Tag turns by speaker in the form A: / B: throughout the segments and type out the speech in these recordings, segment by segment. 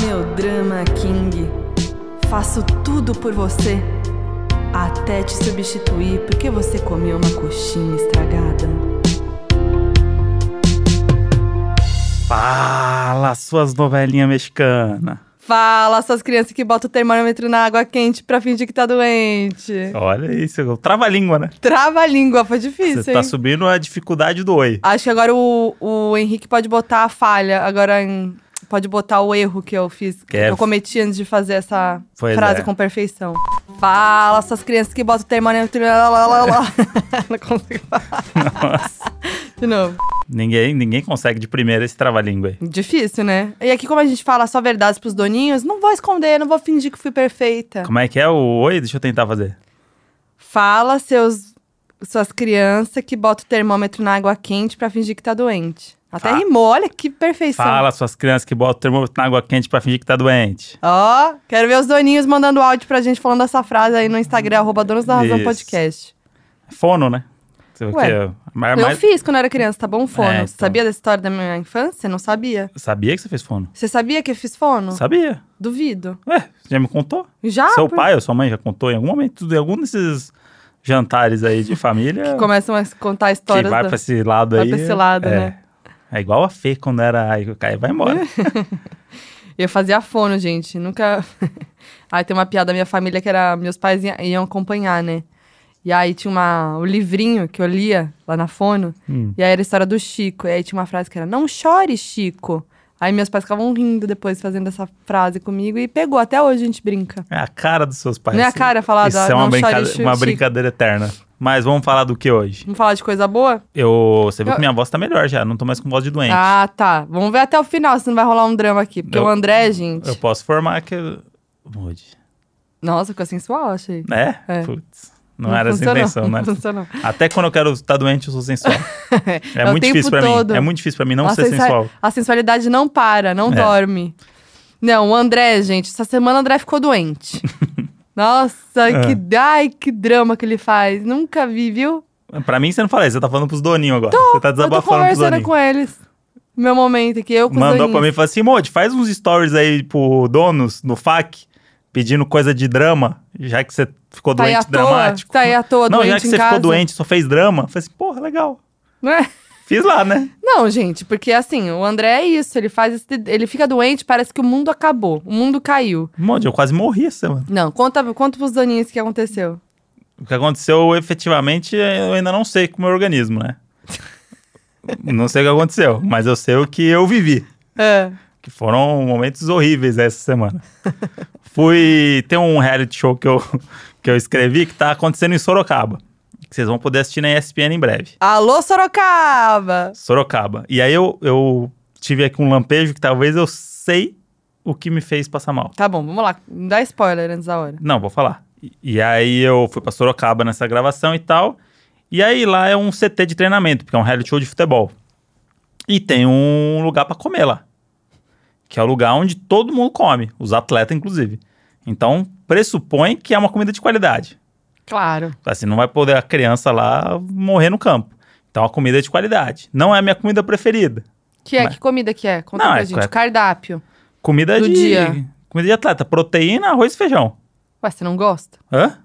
A: Joanna Ah, King. Faço tudo por você, até te substituir porque você comeu uma coxinha estragada.
B: Fala, suas novelinhas mexicanas.
A: Fala, suas crianças que botam o termômetro na água quente pra fingir que tá doente.
B: Olha isso, trava a língua, né?
A: Trava a língua, foi difícil,
B: Você
A: hein?
B: tá subindo a dificuldade do oi.
A: Acho que agora o, o Henrique pode botar a falha, agora em- pode botar o erro que eu fiz, que
B: é-
A: eu cometi antes de fazer essa
B: Pois
A: frase
B: é.
A: com perfeição. Fala, suas crianças que botam o termômetro. Lá, lá, lá, lá. Não consigo falar.
B: Nossa.
A: De novo.
B: ninguém, ninguém consegue de primeira esse trava-língua aí.
A: Difícil, né? E aqui, como a gente fala só verdades pros doninhos, não vou esconder, não vou fingir que fui perfeita.
B: Como é que é o oi? Deixa eu tentar fazer.
A: Fala, seus, suas crianças que botam o termômetro na água quente pra fingir que tá doente. Até
B: Fa-
A: rimou, olha que perfeição.
B: Fala, suas crianças que botam o termômetro na água quente pra fingir que tá doente.
A: Ó, quero ver os doninhos mandando áudio pra gente falando essa frase aí no Instagram, arroba Donos da Razão
B: Isso.
A: Podcast.
B: Fono, né? Sei o
A: Ué.
B: quê. Mas-
A: Eu
B: mas-
A: fiz quando era criança, tá bom? Fono.
B: É, então.
A: Sabia dessa história da minha infância? Não sabia.
B: Sabia que você fez fono?
A: Você sabia que eu fiz fono?
B: Sabia.
A: Duvido.
B: Ué, você já me contou?
A: Já?
B: Seu
A: Ah, por-
B: pai ou sua mãe já contou em algum momento, em algum desses jantares aí de família.
A: Que começam a contar
B: que
A: histórias.
B: vai
A: da-
B: pra esse lado
A: vai
B: aí.
A: pra esse lado,
B: é.
A: né?
B: É igual a Fê quando era. Aí cai, vai embora.
A: Eu fazia fono, gente. Nunca. aí tem uma piada da minha família que era. Meus pais ia- iam acompanhar, né? E aí tinha uma, um livrinho que eu lia lá na fono.
B: Hum.
A: E aí era a história do Chico. E aí tinha uma frase que era: Não chore, Chico. Aí meus pais ficavam rindo depois fazendo essa frase comigo. E pegou. Até hoje a gente brinca.
B: É a cara dos seus pais.
A: Não é a cara falar
B: Isso
A: da-
B: é uma,
A: não chore,
B: brincade-
A: Chico.
B: uma brincadeira eterna. Mas vamos falar do que hoje?
A: Vamos falar de coisa boa?
B: Eu, você viu
A: Eu-
B: que minha voz tá melhor já, não tô mais com voz de doente.
A: Ah, tá. Vamos ver até o final se não vai rolar um drama aqui. Porque
B: Eu-
A: o André, gente.
B: eu posso formar que. eu- Mude.
A: Nossa, ficou sensual, achei.
B: Né?
A: É.
B: Putz. Não, era essa a
A: funcionou,
B: intenção, né?
A: Não funcionou.
B: Até quando eu quero estar doente, eu sou sensual. É,
A: o
B: muito
A: tempo
B: difícil pra
A: todo.
B: mim. É muito difícil pra mim não
A: a
B: ser
A: sensa-
B: sensual.
A: A sensualidade não para, não
B: É.
A: dorme. Não, o André, gente, essa semana o André ficou doente. Nossa,
B: É.
A: que, ai, que drama que ele faz. Nunca vi, viu?
B: Pra mim, você não fala isso. Você tá falando pros doninhos agora. você tá
A: Eu tô
B: desabafando pros
A: conversando
B: doninhos.
A: com eles. Meu momento aqui, eu com
B: Mandou
A: os
B: pra mim
A: doninhos.
B: e falou assim: Mode, faz uns stories aí pro donos no FAC, pedindo coisa de drama, já que você ficou
A: Tá aí à
B: doente
A: toa,
B: dramático.
A: tá aí à toa,
B: Não,
A: doente
B: já que
A: em
B: você
A: casa.
B: ficou doente, só fez drama. Eu Falei assim, porra, legal.
A: Não é?
B: Fiz lá, né?
A: Não, gente, porque assim, o André é isso, ele faz esse, ele fica doente, parece que o mundo acabou, o mundo caiu.
B: Mode, Um eu quase morri essa semana.
A: Não, conta, conta pros doninhos o que aconteceu.
B: O que aconteceu efetivamente, é, eu ainda não sei com o meu organismo, né? não sei o que aconteceu, mas eu sei o que eu vivi.
A: É.
B: Que foram momentos horríveis essa semana. Fui. Tem um reality show que eu, que eu escrevi que tá acontecendo em Sorocaba. Que vocês vão poder assistir na ESPN em breve.
A: Alô, Sorocaba!
B: Sorocaba. E aí eu, eu tive aqui um lampejo que talvez eu sei o que me fez passar mal.
A: Tá bom, vamos lá, não dá spoiler antes da hora.
B: Não, vou falar. E- E aí eu fui pra Sorocaba nessa gravação e tal. E aí lá é um CT de treinamento, porque é um reality show de futebol. E tem um lugar pra comer lá. Que é o lugar onde todo mundo come, os atletas inclusive. Então, pressupõe que é uma comida de qualidade.
A: Claro.
B: Assim, não vai poder a criança lá morrer no campo. Então, a comida é de qualidade. Não é a minha comida preferida.
A: Que é?
B: Mas-
A: Que comida que é? Conta
B: Não,
A: pra
B: é
A: gente.
B: claro.
A: O cardápio.
B: Comida
A: Do
B: de
A: dia.
B: comida de atleta, proteína, arroz e feijão.
A: Ué, você não gosta?
B: Hã?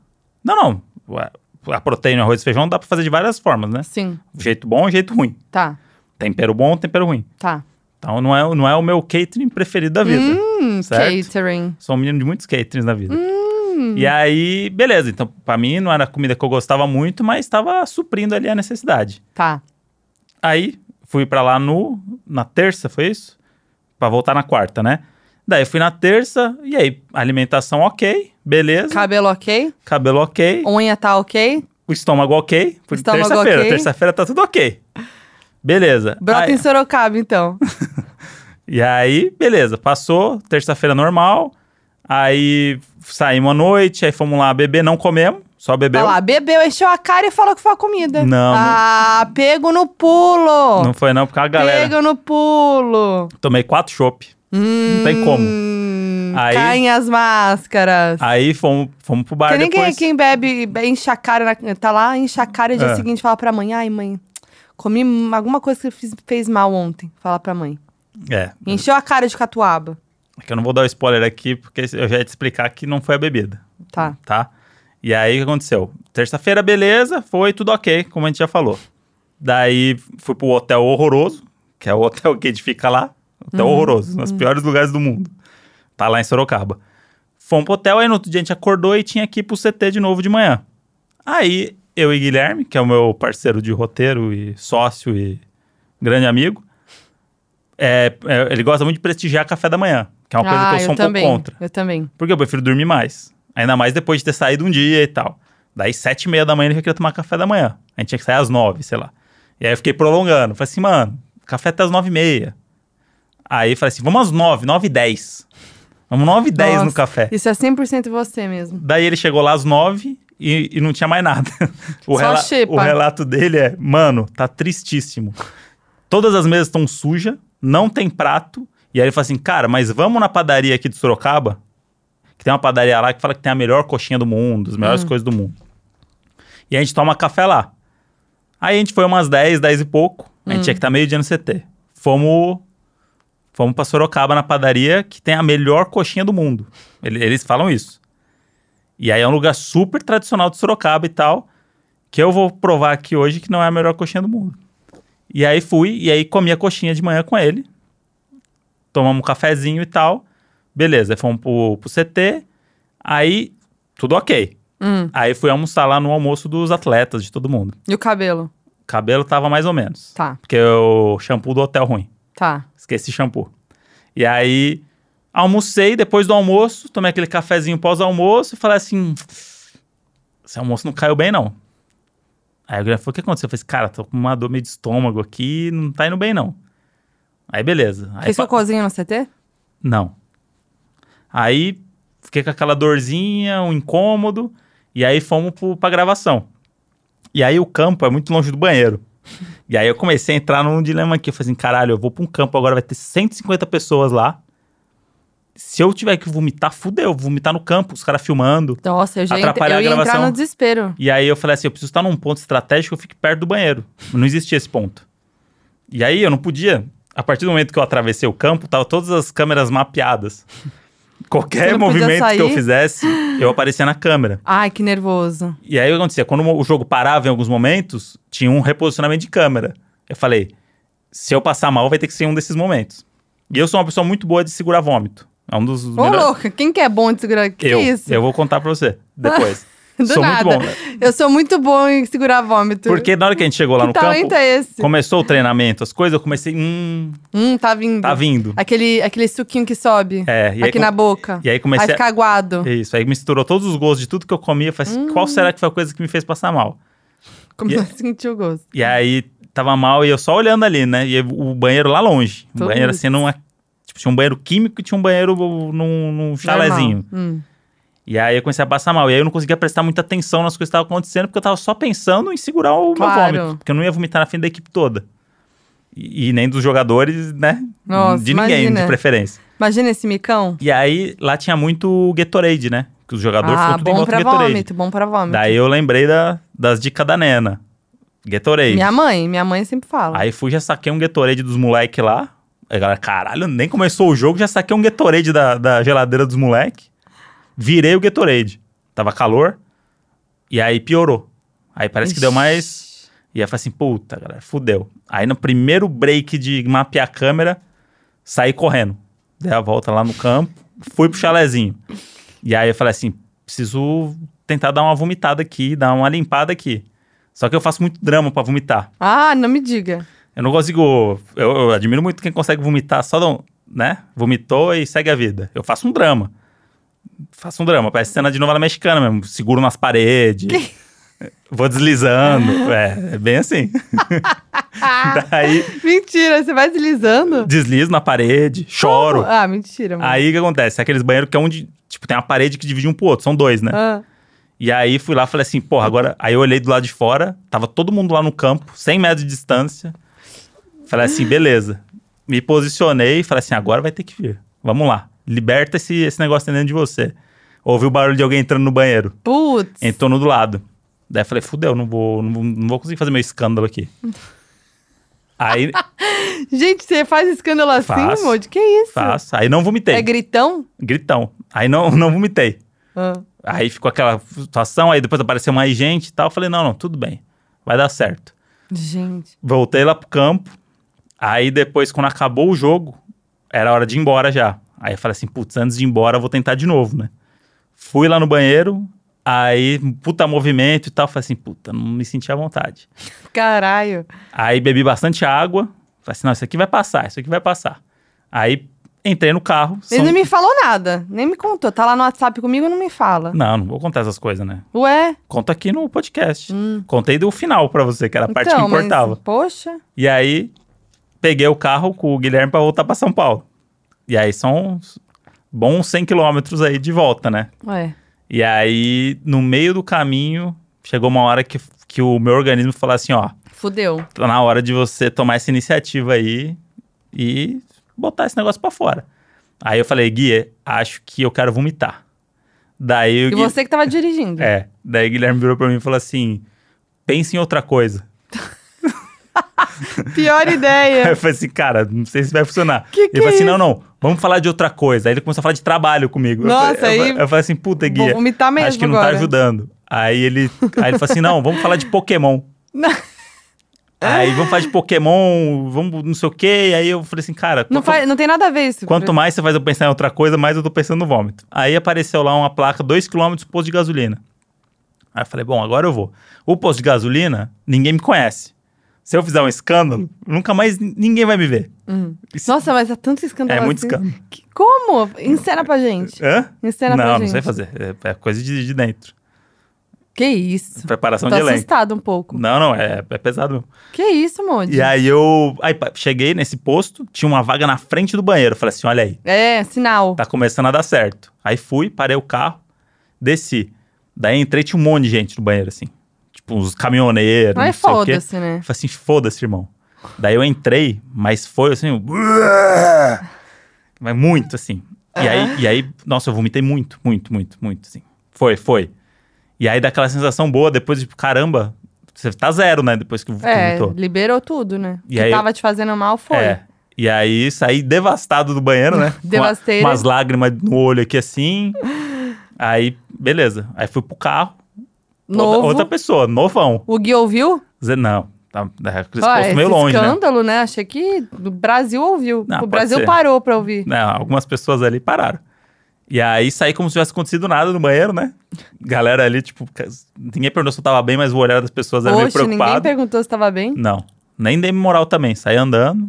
B: Não, não. Ué, A proteína, arroz e feijão dá pra fazer de várias formas, né?
A: Sim.
B: Jeito bom, jeito ruim.
A: Tá,
B: Tempero bom, tempero ruim.
A: tá.
B: Então não é, não é o meu catering preferido da vida.
A: Hum,
B: Certo.
A: catering. Hum.
B: Sou um menino de muitos caterings na vida. E aí, beleza. Então, pra mim não era a comida que eu gostava muito, mas estava suprindo ali a necessidade.
A: Tá.
B: Aí fui pra lá no na terça, foi isso? Pra voltar na quarta, né? Daí fui na terça, e aí, alimentação ok, beleza.
A: Cabelo ok?
B: cabelo ok,
A: Unha tá ok?
B: o estômago ok. Por
A: Estômago
B: terça-feira,
A: ok.
B: terça-feira tá tudo ok. Beleza.
A: Brota
B: Aí-
A: em Sorocaba, então.
B: E aí, beleza, passou, terça-feira normal. Aí saímos à noite, aí fomos lá beber, não comemos, só
A: Tá
B: bebeu.
A: lá, bebeu, encheu a cara e falou que foi a comida.
B: Não,
A: Ah, pego no pulo!
B: Não foi não, porque a galera.
A: Pego no pulo!
B: Tomei quatro chopp. Não tem como.
A: Hum,
B: Aí-
A: Caem as máscaras.
B: Aí fomos, fomos pro bar
A: Porque
B: depois.
A: ninguém, quem bebe, be- enche a cara, na- tá lá, enche a cara e dia
B: É.
A: seguinte fala pra mãe, ai mãe, comi alguma coisa que eu fiz- fez mal ontem, fala pra mãe.
B: É.
A: Encheu a cara de catuaba.
B: que eu não vou dar o spoiler aqui, porque eu já ia te explicar que não foi a bebida,
A: Tá.
B: tá? E aí, o que aconteceu? Terça-feira, beleza, foi tudo ok, como a gente já falou. Daí, fui pro hotel horroroso, que é o hotel que a gente fica lá. Hotel horroroso, nos piores lugares do mundo. Tá lá em Sorocaba. Fomos pro hotel, aí no outro dia a gente acordou e tinha que ir pro CT de novo de manhã. Aí, eu e Guilherme, que é o meu parceiro de roteiro e sócio e grande amigo, é, é, ele gosta muito de prestigiar café da manhã, que é uma coisa
A: ah,
B: que eu sou um
A: também.
B: pouco contra.
A: Eu também.
B: Porque eu prefiro dormir mais. Ainda mais depois de ter saído um dia e tal. Daí, sete e meia da manhã, ele já queria tomar café da manhã. A gente tinha que sair às nove, sei lá. E aí eu fiquei prolongando. Falei assim, mano, café até às nove e meia. Aí eu falei assim, vamos às nove, nove e dez. Vamos nove e dez no
A: Nossa,
B: café.
A: Isso é 100% você mesmo.
B: Daí ele chegou lá às nove e, e não tinha mais nada. O,
A: Só xepa.
B: o relato dele é, mano, tá tristíssimo. Todas as mesas estão sujas, não tem prato. E aí ele fala assim, cara, mas vamos na padaria aqui de Sorocaba? Que tem uma padaria lá que fala que tem a melhor coxinha do mundo, as
A: Hum.
B: melhores coisas do mundo. E a gente toma café lá. Aí a gente foi umas 10, 10 e pouco. A
A: Hum.
B: gente tinha que estar meio dia no CT. Fomos, fomos pra Sorocaba na padaria que tem a melhor coxinha do mundo. Ele- Eles falam isso. E aí é um lugar super tradicional de Sorocaba e tal, que eu vou provar aqui hoje que não é a melhor coxinha do mundo. E aí fui, e aí comi a coxinha de manhã com ele. Tomamos um cafezinho e tal. Beleza, aí fomos pro, pro CT. Aí, tudo ok.
A: Hum.
B: Aí fui almoçar lá no almoço dos atletas, de todo mundo.
A: E o cabelo?
B: Cabelo tava mais ou menos.
A: Tá,
B: Porque o shampoo do hotel é ruim.
A: tá.
B: Esqueci shampoo. E aí, almocei depois do almoço, tomei aquele cafezinho pós-almoço e falei assim: esse almoço não caiu bem, não. Aí o Guilherme falou: o que aconteceu? Eu falei: assim, cara, tô com uma dor meio de estômago aqui, não tá indo bem, não. Aí, beleza. Aí,
A: Fez
B: fa-
A: cocôzinho no CT?
B: Não. Aí, fiquei com aquela dorzinha, um incômodo, e aí fomos pro, pra gravação. E aí, o campo é muito longe do banheiro. E aí eu comecei a entrar num dilema aqui. Eu falei assim, caralho, eu vou pra um campo agora, vai ter 150 pessoas lá. Se eu tiver que vomitar, fudeu, vou vomitar no campo, os caras filmando.
A: Nossa, eu já ia,
B: Atrapalhar
A: eu
B: a
A: ia entrar
B: gravação.
A: no desespero.
B: E aí eu falei assim, eu preciso estar num ponto estratégico que eu fique perto do banheiro. Não existia esse ponto. E aí eu não podia. A partir do momento que eu atravessei o campo, tava todas as câmeras mapeadas.
A: Você
B: Qualquer
A: não podia
B: movimento que eu
A: sair?
B: fizesse, eu aparecia na câmera.
A: Ai, que nervoso.
B: E aí o que acontecia? Quando o jogo parava em alguns momentos, tinha um reposicionamento de câmera. Eu falei, se eu passar mal, vai ter que ser um desses momentos. E eu sou uma pessoa muito boa de segurar vômito. É um dos
A: Ô,
B: melhores.
A: louca, quem que é bom de segurar? Que
B: eu,
A: que é isso?
B: eu vou contar pra você depois.
A: Do
B: sou
A: nada.
B: muito bom. né?
A: Eu sou muito bom em segurar vômito.
B: Porque na hora que a gente chegou lá
A: que
B: no
A: talento
B: campo,
A: é esse?
B: começou o treinamento, as coisas, eu comecei, hum,
A: Hum, tá vindo.
B: tá vindo.
A: Aquele, aquele suquinho que sobe
B: É, e aí,
A: aqui na boca.
B: e aí
A: Aí
B: comecei a-
A: fica aguado.
B: Isso, aí misturou todos os gostos de tudo que eu comia. Eu falei, assim,
A: Hum.
B: qual será que foi a coisa que me fez passar mal?
A: Como
B: e-
A: eu senti o gosto.
B: E aí tava mal e eu só olhando ali, né? E o banheiro lá longe. Um
A: Putz.
B: banheiro assim, numa, tipo, tinha um banheiro químico e tinha um banheiro num, num chalezinho.
A: Normal. Hum.
B: E aí eu comecei a passar mal. E aí eu não conseguia prestar muita atenção nas coisas que estavam acontecendo, porque eu tava só pensando em segurar o
A: Claro.
B: meu vômito. Porque eu não ia vomitar na frente da equipe toda. E, e nem dos jogadores, né?
A: Nossa,
B: de ninguém,
A: imagina.
B: de preferência.
A: Imagina esse micão.
B: E aí lá tinha muito Gatorade, né? Que os jogadores
A: Ah,
B: ficam tudo em
A: bom
B: volta do
A: pra
B: Gatorade.
A: vômito, bom pra vômito.
B: Daí eu lembrei da- das dicas da Nena. Gatorade.
A: Minha mãe, minha mãe sempre fala.
B: é Aí fui, já saquei um Gatorade dos moleque lá. Aí a galera, caralho, nem começou o jogo, já saquei um Gatorade da, da geladeira dos moleque. Virei o Gatorade. Tava calor. E aí piorou. Aí parece que deu mais. E aí eu falei assim, puta, galera, fudeu. Aí no primeiro break de mapear a câmera, saí correndo. Dei a volta lá no campo, fui pro chalezinho. E aí eu falei assim, preciso tentar dar uma vomitada aqui, dar uma limpada aqui. Só que eu faço muito drama pra vomitar.
A: Ah, não me diga.
B: Eu não consigo. Eu, eu admiro muito quem consegue vomitar só não, né? Vomitou e segue a vida. Eu faço um drama. Faço um drama. Parece cena de novela mexicana mesmo. Seguro nas paredes. Vou deslizando. É, é bem assim.
A: Ah,
B: Daí
A: mentira, você vai deslizando?
B: deslizo na parede, choro.
A: Ah, mentira, mano.
B: Aí o que acontece? Aqueles banheiros que é onde. Tipo, tem uma parede que divide um pro outro, são dois, né?
A: Ah,
B: E aí fui lá, falei assim, porra, agora. Aí eu olhei do lado de fora, tava todo mundo lá no campo, 100 metros de distância. Falei assim, beleza. Me posicionei e falei assim, agora vai ter que vir. Vamos lá. Liberta esse, esse negócio dentro de você. Ouvi o barulho de alguém entrando no banheiro.
A: putz.
B: Entrou no do lado. Daí falei, fudeu, não vou, não vou, não vou conseguir fazer meu escândalo aqui. Aí
A: Gente, você faz escândalo assim,
B: Faço.
A: Modi? Que isso?
B: faço. Aí não vomitei.
A: É gritão?
B: Gritão. Aí não, não vomitei.
A: Ah.
B: Aí ficou aquela situação, aí depois apareceu mais gente e tal. Eu falei, não, não, tudo bem. Vai dar certo.
A: Gente.
B: Voltei lá pro campo. Aí depois, quando acabou o jogo, era hora de ir embora já. Aí eu falei assim, putz, antes de ir embora, eu vou tentar de novo, né? Fui lá no banheiro, aí, puta movimento e tal. Falei assim, puta, não me senti à vontade.
A: Caralho.
B: Aí bebi bastante água. Falei assim, não, isso aqui vai passar, isso aqui vai passar. Aí entrei no carro.
A: Ele
B: são-
A: não me falou nada. Nem me contou. Tá lá no WhatsApp comigo não me fala.
B: Não, não vou contar essas coisas, né?
A: Ué?
B: Conta aqui no podcast.
A: Hum.
B: Contei do final pra você, que era a parte
A: então,
B: que importava.
A: Mas, poxa.
B: E aí, peguei o carro com o Guilherme pra voltar pra São Paulo. E aí, são uns bons 100 quilômetros aí de volta, né?
A: Ué.
B: E aí, no meio do caminho, chegou uma hora que, que o meu organismo falou assim, ó,
A: Fudeu.
B: tá na hora de você tomar essa iniciativa aí e botar esse negócio pra fora. Aí eu falei, Gui, acho que eu quero vomitar. Daí o
A: E
B: Gui-
A: você que tava dirigindo.
B: é, daí o Guilherme virou pra mim e falou assim, pensa em outra coisa.
A: Pior
B: Aí
A: ideia.
B: eu falei assim, cara, não sei se vai funcionar.
A: É. Que que
B: ele falou
A: é
B: assim, não, não, vamos falar de outra coisa. Aí ele começou a falar de trabalho comigo. Eu
A: Nossa,
B: falei- eu,
A: aí-
B: fa- eu falei assim, puta,
A: Vou
B: Guia,
A: vomitar mesmo
B: acho que não
A: agora.
B: tá ajudando. Aí ele, aí ele falou assim, não, vamos falar de Pokémon.
A: Não.
B: Aí vamos falar de Pokémon, vamos não sei o quê. Aí eu falei assim, cara,
A: Não,
B: quanto,
A: faz, não tem nada a ver isso.
B: quanto mais você faz eu pensar em outra coisa, mais eu tô pensando no vômito. Aí apareceu lá uma placa, 2km posto de gasolina. Aí eu falei, bom, agora eu vou. O posto de gasolina, ninguém me conhece. Se eu fizer um escândalo, nunca mais n- ninguém vai me ver.
A: Hum. Nossa, mas é tanto escândalo.
B: É muito
A: assim.
B: escândalo.
A: Que- Como? Encena pra gente.
B: Hã?
A: Encena pra
B: não,
A: gente.
B: não sei fazer. É, é coisa de, de dentro.
A: Que isso?
B: Preparação
A: Então, Tô
B: de elenco.
A: assustado um pouco.
B: Não, não, é, é pesado mesmo.
A: Que isso, Monte?
B: E aí eu. Aí pa- cheguei nesse posto, tinha uma vaga na frente do banheiro. Eu Falei assim: olha aí,
A: É, sinal.
B: tá começando a dar certo. Aí fui, parei o carro, desci. Daí entrei, tinha um monte de gente no banheiro, assim. Tipo, uns caminhoneiros,
A: Mas
B: não sei o quê.
A: foda-se, né?
B: Eu Falei assim, foda-se, irmão. Daí eu entrei, mas foi assim. um- Mas muito, assim. E aí, e aí, nossa, eu vomitei muito, muito, muito, muito, assim. Foi, foi. E aí dá aquela sensação boa, depois, tipo, caramba, você tá zero, né? Depois que vo- que
A: É,
B: vomitou.
A: liberou tudo, né?
B: E
A: que
B: aí-
A: tava te fazendo mal foi.
B: É. E aí saí devastado do banheiro, né? Com uma-
A: Devasteira.
B: umas lágrimas no olho aqui, assim. Aí, beleza. Aí fui pro carro. outra-
A: Novo.
B: Outra pessoa, novão.
A: O Gui ouviu?
B: Dizer, não, tá, é,
A: Ó,
B: posto meio
A: esse
B: longe, né?
A: escândalo, né? Achei que o Brasil ouviu.
B: Não,
A: o
B: pode
A: Brasil
B: ser.
A: parou pra ouvir.
B: né, algumas pessoas ali pararam. E aí saí como se tivesse acontecido nada no banheiro, né? Galera ali, tipo, ca- ninguém perguntou se eu tava bem, mas o olhar das pessoas era meio
A: Poxa, ninguém
B: preocupado.
A: perguntou se tava bem.
B: Não, nem dei moral também. Saí andando.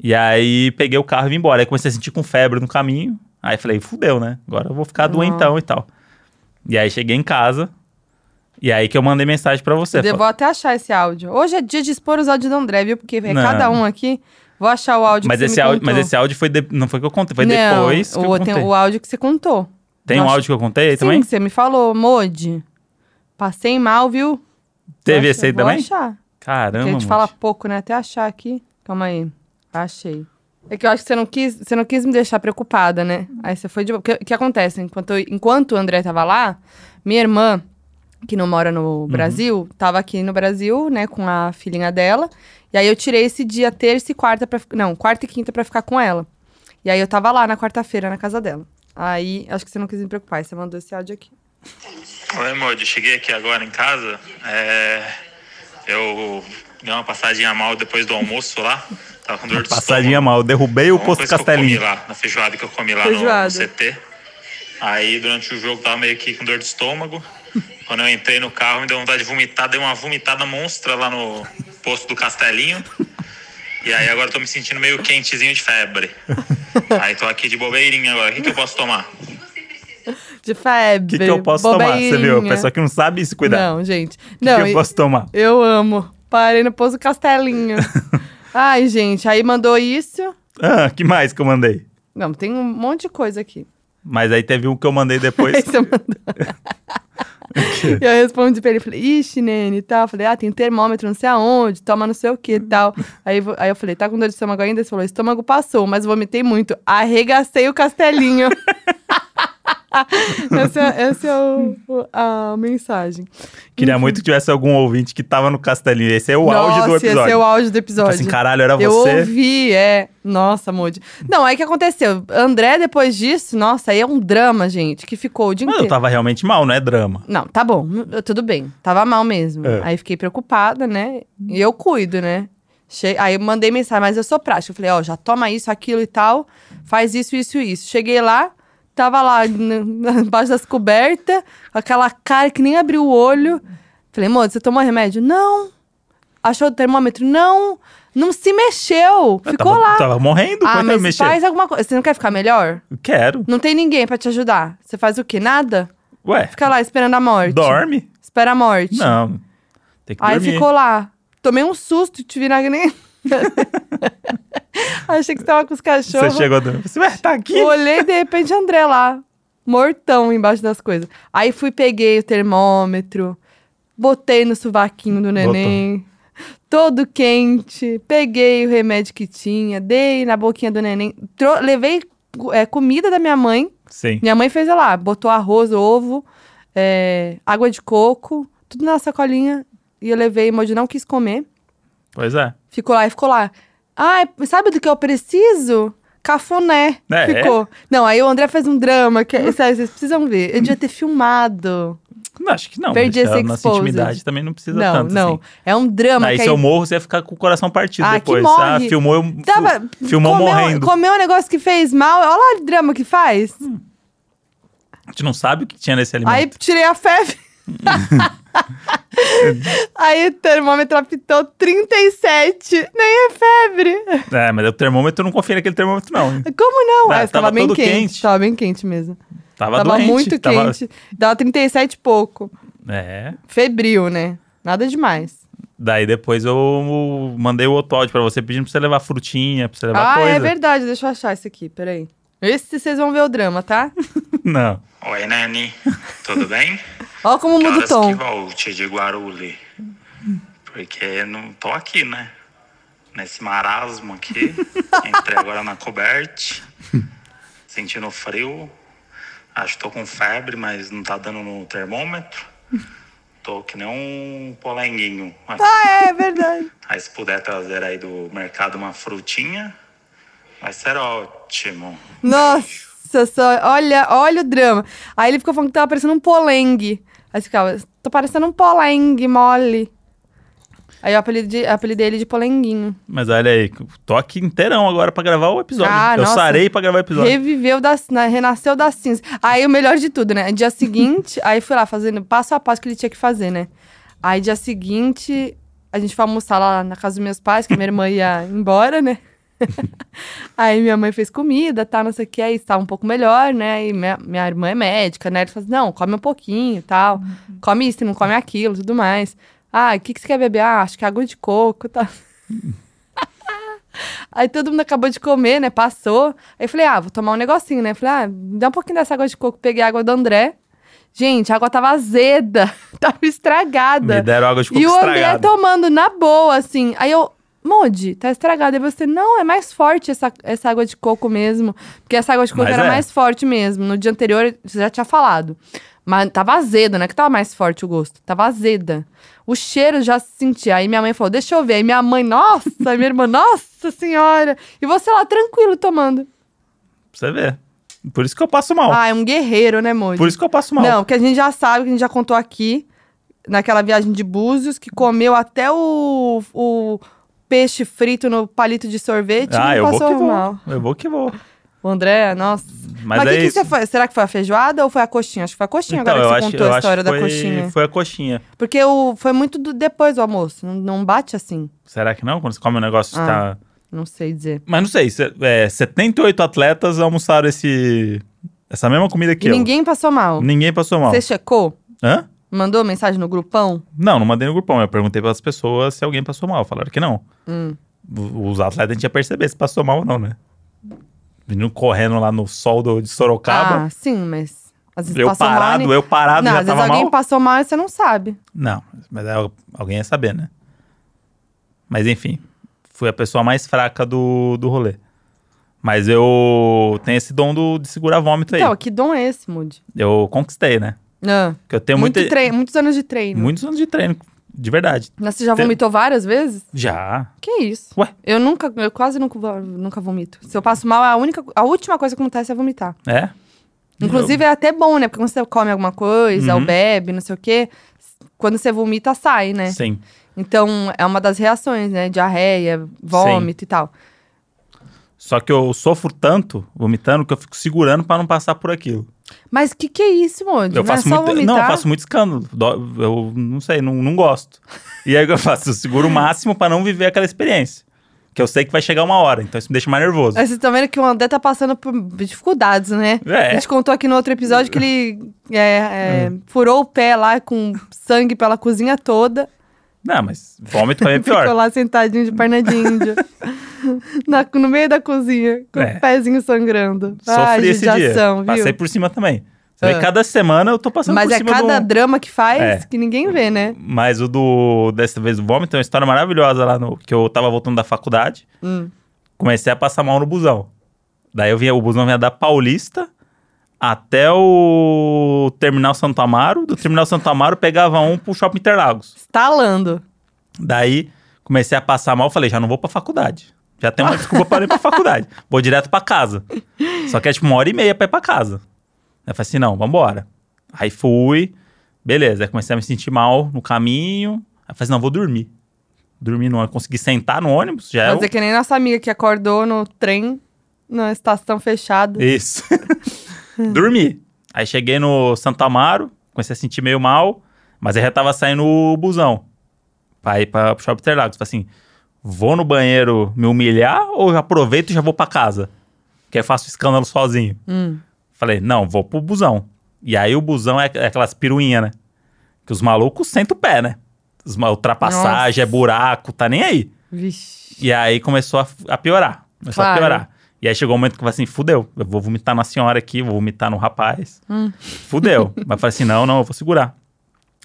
B: E aí peguei o carro e vim embora. Aí comecei a sentir com febre no caminho. Aí falei, fudeu, né? Agora eu vou ficar
A: Não.
B: doentão e tal. E aí cheguei em casa. E aí que eu mandei mensagem pra você.
A: Eu vou até achar esse áudio. Hoje é dia de expor os áudios do André, viu? Porque é
B: Não.
A: cada um aqui. Vou achar o áudio
B: mas,
A: que
B: esse
A: você me
B: áudio,
A: contou.
B: mas esse áudio foi de- não foi que eu contei, foi
A: Não,
B: depois que
A: o,
B: eu contei.
A: Tem
B: Tem,
A: o áudio que você contou.
B: um
A: Nossa.
B: áudio que eu contei
A: Sim,
B: aí também?
A: que você me falou, Modi. Passei mal, viu?
B: Teve
A: Vou
B: esse aí
A: achar- vou
B: também?
A: achar.
B: Caramba,
A: Porque a gente
B: moço.
A: fala pouco, né? Até achar aqui. Calma aí. Achei. É que eu acho que você não quis, você não quis me deixar preocupada, né? Aí você foi de boa. Porque O que acontece? Enquanto, eu- enquanto o André tava lá, minha irmã, que não mora
B: Uhum.
A: no Brasil, tava aqui no Brasil, né, com a filhinha dela. E aí eu tirei esse dia, terça e quarta, pra, fi- não, quarta e quinta pra ficar com ela. E aí eu tava lá na quarta-feira, na casa dela. Aí, acho que você não quis me preocupar, aí você mandou esse áudio aqui.
C: Oi, né, Modi. Cheguei aqui agora em casa. É, Eu dei uma passadinha mal depois do almoço lá. Tava com dor de
B: Passadinha
C: estômago.
B: mal, eu derrubei o
C: Uma
B: posto
C: coisa que eu comi
B: Castelinho.
C: lá, na feijoada que eu comi lá no-
A: Feijoada.
C: no CT. Aí durante o jogo tava meio que com dor de estômago. Quando eu entrei no carro, me deu vontade de vomitar, dei uma vomitada monstra lá no posto do Castelinho. E aí agora eu tô me sentindo meio quentezinho de febre. Aí tô aqui de bobeirinha agora. O que, que eu posso tomar?
A: De febre.
B: O que, que eu posso tomar? Você viu? A
A: bobeirinha.
B: pessoa que não sabe se cuidar.
A: Não, gente.
B: O que,
A: não,
B: que
A: e-
B: eu posso tomar?
A: Eu amo. Parei no Pouso Castelinho. Ai, gente, aí mandou isso.
B: Ah, que mais que eu mandei?
A: Não, tem um monte de coisa aqui.
B: Mas aí teve um que eu mandei
A: Aí
B: depois.
A: você mandou. e eu respondi pra ele, falei, ixi, Nene, e tal. Falei, ah, tem termômetro não sei aonde, toma não sei o que e tal. Aí, vo- aí eu falei, tá com dor de estômago ainda? Ele falou, estômago passou, mas vomitei muito. Arregacei o castelinho. essa, é- essa é o- o- a mensagem.
B: Queria muito que tivesse algum ouvinte que tava no castelinho. Esse é o
A: Nossa,
B: auge do episódio.
A: esse é o auge do episódio.
B: Assim, caralho, era
A: Eu
B: você.
A: ouvi, é. Nossa, Moody. Não, aí o que aconteceu? André, depois disso, nossa, aí é um drama, gente, que ficou o dia
B: Mas eu
A: inteiro.
B: tava realmente mal, não é drama.
A: Não, tá bom, eu- tudo bem. Tava mal mesmo.
B: É.
A: Aí fiquei preocupada, né? E eu cuido, né? Che- Aí eu mandei mensagem, mas eu sou prática. Eu falei, ó, já toma isso, aquilo e tal. Faz isso, isso e isso. Cheguei lá, tava lá n- embaixo das cobertas, com aquela cara que nem abriu o olho. Falei, moço, você tomou remédio? Não. Achou o termômetro? Não. Não se mexeu.
B: Eu
A: Ficou
B: tava,
A: lá.
B: Tava morrendo
A: ah,
B: quando eu
A: mas
B: mexi.
A: faz alguma coisa. Você não quer ficar melhor?
B: Quero.
A: Não tem ninguém pra te ajudar. Você faz o quê? Nada?
B: Ué,
A: Fica lá esperando a morte.
B: dorme?
A: Espera a morte.
B: Não. Tem que
A: Aí
B: dormir.
A: ficou lá. Tomei um susto, te vi na que nem. Achei que você tava com os
B: Você
A: cachorros.
B: chegou do... Você, ué, tá aqui?
A: Olhei de repente André lá, mortão embaixo das coisas. Aí fui, peguei o termômetro, botei no sovaquinho do neném, todo quente, peguei o remédio que tinha, dei na boquinha do neném, tro- levei é, comida da minha mãe.
B: Sim.
A: Minha mãe fez olha lá, botou arroz, ovo, é, água de coco, tudo na sacolinha. E eu levei, Moji não quis comer.
B: Pois é.
A: Ficou lá e ficou lá. Ah, é- sabe do que eu preciso? Cafuné.
B: É, Hum.
A: ficou. Não, aí o André fez um drama, que sério, vocês precisam ver. Eu devia ter filmado.
B: Não, acho que não.
A: Perdi
B: Acho que
A: esse
B: a nossa
A: exposed.
B: intimidade também não precisa
A: não,
B: tanto,
A: não.
B: assim.
A: É um drama.
B: Aí
A: que
B: se
A: aí
B: eu morro, você ia ficar com o coração partido
A: Ah, que
B: depois. Ah,
A: morre.
B: filmou eu.
A: Tava,
B: filmou
A: comeu,
B: morrendo.
A: Comeu um negócio que fez mal. Olha lá o drama que faz.
B: A gente não sabe o que tinha nesse alimento.
A: Aí tirei a febre. Aí o termômetro apitou 37. Nem é febre.
B: É, mas o termômetro, eu não confia naquele termômetro, não.
A: Como não?
B: Ah,
A: Ah, tava,
B: tava
A: bem
B: todo
A: quente.
B: quente.
A: Tava bem quente mesmo.
B: Tava,
A: tava
B: doente.
A: muito
B: tava-
A: quente. Dava 37 e pouco.
B: É.
A: Febril, né? Nada demais.
B: Daí depois eu mandei o outro áudio pra você pedindo pra você levar frutinha, pra você levar
A: Ah,
B: coisa.
A: é verdade. Deixa eu achar isso aqui. Peraí. Esse vocês vão ver o drama, tá?
B: Não.
C: Oi, Nani. Tudo bem?
A: Ó como muda o
C: Caras que
A: tom.
C: volte de Guarulhos. Porque não tô aqui, né? Nesse marasmo aqui. Entrei agora na coberta. Sentindo frio. Acho que tô com febre, mas não tá dando no termômetro. Tô que nem um polenguinho.
A: Ah, é verdade.
C: Aí se puder trazer aí do mercado uma frutinha, vai ser ótimo.
A: Nossa, só, olha, olha o drama. Aí ele ficou falando que tava parecendo um polengue. Aí ficava, tô parecendo um polengue mole. Aí eu apelidei, apelidei ele de polenguinho.
B: Mas olha aí, tô aqui inteirão agora pra gravar o episódio.
A: Ah,
B: eu
A: nossa.
B: sarei pra gravar o episódio.
A: Reviveu, das, na- renasceu das cinzas. Aí o melhor de tudo, né? Dia seguinte, aí fui lá fazendo passo a passo que ele tinha que fazer, né? Aí dia seguinte, a gente foi almoçar lá na casa dos meus pais, que minha irmã ia embora, né? aí minha mãe fez comida, tá, não sei o que, aí estava um pouco melhor, né? Aí minha, minha irmã é médica, né? Ele falou assim, não, come um pouquinho, tal. Come isso, não come aquilo, tudo mais. Ah, o que, que você quer beber? Ah, acho que água de coco, tá. Aí todo mundo acabou de comer, né? Passou. Aí eu falei, ah, vou tomar um negocinho, né? Falei, ah, me dá um pouquinho dessa água de coco. Peguei a água do André. Gente, a água tava azeda, tava
B: Me
A: estragada.
B: deram água de coco
A: E o André tá-
B: estragada.
A: tomando na boa, assim. Aí eu, Modi, tá estragado. E você, não, é mais forte essa, essa água de coco mesmo. Porque essa água de coco
B: Mas
A: era
B: é.
A: mais forte mesmo. No dia anterior, você já tinha falado. Mas tava azeda, né? Que tava mais forte o gosto. Tava azeda. O cheiro já se sentia. Aí minha mãe falou, deixa eu ver. Aí minha mãe, nossa, aí minha irmã, nossa senhora. E você lá, tranquilo, tomando.
B: Pra você ver. Por isso que eu passo mal.
A: Ah, é um guerreiro, né, Modi?
B: Por isso que eu passo mal. Ah,
A: Não, que a gente já sabe, que a gente já contou aqui, naquela viagem de Búzios, que comeu até o, o peixe frito no palito de sorvete
B: ah,
A: e
B: eu
A: não
B: vou que
A: passou
B: vou.
A: mal.
B: Eu vou que vou.
A: O André, nossa.
B: Mas,
A: o
B: é
A: que, que
B: isso.
A: você foi? Será que foi a feijoada ou foi a coxinha? Acho que foi a coxinha
B: Então,
A: agora
B: eu
A: que você
B: acho,
A: contou a
B: eu acho
A: história
B: que
A: da
B: foi,
A: coxinha.
B: foi a coxinha.
A: Porque o, foi muito do- depois do almoço, não, não bate assim.
B: Será que não? Quando você come um negócio
A: Ah.
B: que tá...
A: Não sei dizer.
B: Mas não sei, se- é, 78 atletas almoçaram esse... Essa mesma comida que
A: e
B: eu.
A: ninguém passou mal.
B: Ninguém passou mal.
A: Você checou?
B: Hã?
A: Mandou mensagem no grupão?
B: Não, não mandei no grupão. Eu perguntei para as pessoas se alguém passou mal. Falaram que não.
A: Hum.
B: O- Os atletas a gente ia perceber se passou mal ou não, né? Vindo correndo lá no sol do, de Sorocaba.
A: Ah, sim, mas. Às vezes
B: eu
A: passou
B: parado,
A: mal. né?
B: eu parado,
A: não,
B: já
A: às vezes
B: tava
A: alguém
B: mal.
A: passou mal e você não sabe.
B: Não, mas aí alguém ia saber, né? Mas enfim, fui a pessoa mais fraca do, do rolê. Mas eu tenho esse dom do- de segurar vômito aí.
A: Então, que dom é esse, Moody?
B: Eu conquistei, né?
A: Ah,
B: Porque eu tenho
A: muito
B: muita-
A: tre- muitos anos de treino.
B: muitos anos de treino, de verdade.
A: Mas você já
B: Tem-
A: vomitou várias vezes?
B: Já.
A: Que isso?
B: Ué?
A: Eu nunca, eu quase nunca, vo- nunca vomito. Se eu passo mal, é a única, a última coisa que acontece é vomitar.
B: É?
A: Inclusive, é até bom, né? Porque quando você come alguma coisa,
B: Uhum.
A: ou bebe, não sei o quê, quando você vomita, sai, né?
B: Sim.
A: Então, é uma das reações, né? Diarreia, vômito e tal.
B: Só que eu sofro tanto vomitando que eu fico segurando pra não passar por aquilo.
A: Mas que que é isso, Moody? não
B: Eu faço
A: é só
B: muito,
A: vomitar?
B: não, eu faço muito escândalo. Dó- Eu não sei, não, não gosto. E aí o que eu faço? Eu seguro o máximo pra não viver aquela experiência. Que eu sei que vai chegar uma hora, então isso me deixa mais nervoso.
A: Aí Vocês estão vendo que o André tá passando por dificuldades, né?
B: É.
A: A gente contou aqui no outro episódio que ele é, é, furou o pé lá com sangue pela cozinha toda.
B: Não, mas vômito pra mim é
A: Ficou
B: pior.
A: lá sentadinho de perna de índio. Na- no meio da cozinha, com
B: É.
A: o pezinho sangrando. Ai,
B: Sofri esse dia.
A: judiação, viu?
B: Passei por cima também. Você vê
A: Ah.
B: que cada semana eu tô passando
A: Mas
B: por
A: é
B: cima
A: cada
B: de um...
A: drama que faz
B: É.
A: que ninguém vê, né?
B: Mas o do dessa vez do vômito é uma história maravilhosa lá no que eu tava voltando da faculdade.
A: Hum.
B: Comecei a passar mal no busão. Daí eu vinha, o busão vinha da Paulista até o Terminal Santo Amaro. Do Terminal Santo Amaro pegava um pro Shopping Interlagos.
A: Estalando.
B: Daí comecei a passar mal, falei, já não vou pra faculdade. Já tem uma desculpa pra ir pra faculdade. Vou direto pra casa. Só que é tipo uma hora e meia pra ir pra casa. Aí eu falei assim, não, vambora. Aí fui, beleza. Aí comecei a me sentir mal no caminho. Aí eu falei assim, não, vou dormir. Dormi no ônibus, consegui sentar no ônibus, já é
A: Fazer que nem nossa amiga que acordou no trem, na estação fechada.
B: Isso. Dormi. Aí cheguei no Santo Amaro, comecei a sentir meio mal, mas aí já tava saindo o busão pra ir pra, pro Shopping Interlagos. Falei assim, vou no banheiro me humilhar ou já aproveito e já vou pra casa? Porque eu faço escândalo sozinho.
A: Hum.
B: Falei, não, vou pro busão. E aí o busão é, é aquelas piruinhas, né? Que os malucos sentam o pé, né? Os ma- Ultrapassagem, é buraco, tá nem aí.
A: Vixe.
B: E aí começou a, a piorar. Começou a
A: Claro.
B: piorar. E aí chegou um momento que eu falei assim, fudeu, eu vou vomitar na senhora aqui, vou vomitar no rapaz. Fudeu. Mas eu falei assim, não, não, eu vou segurar.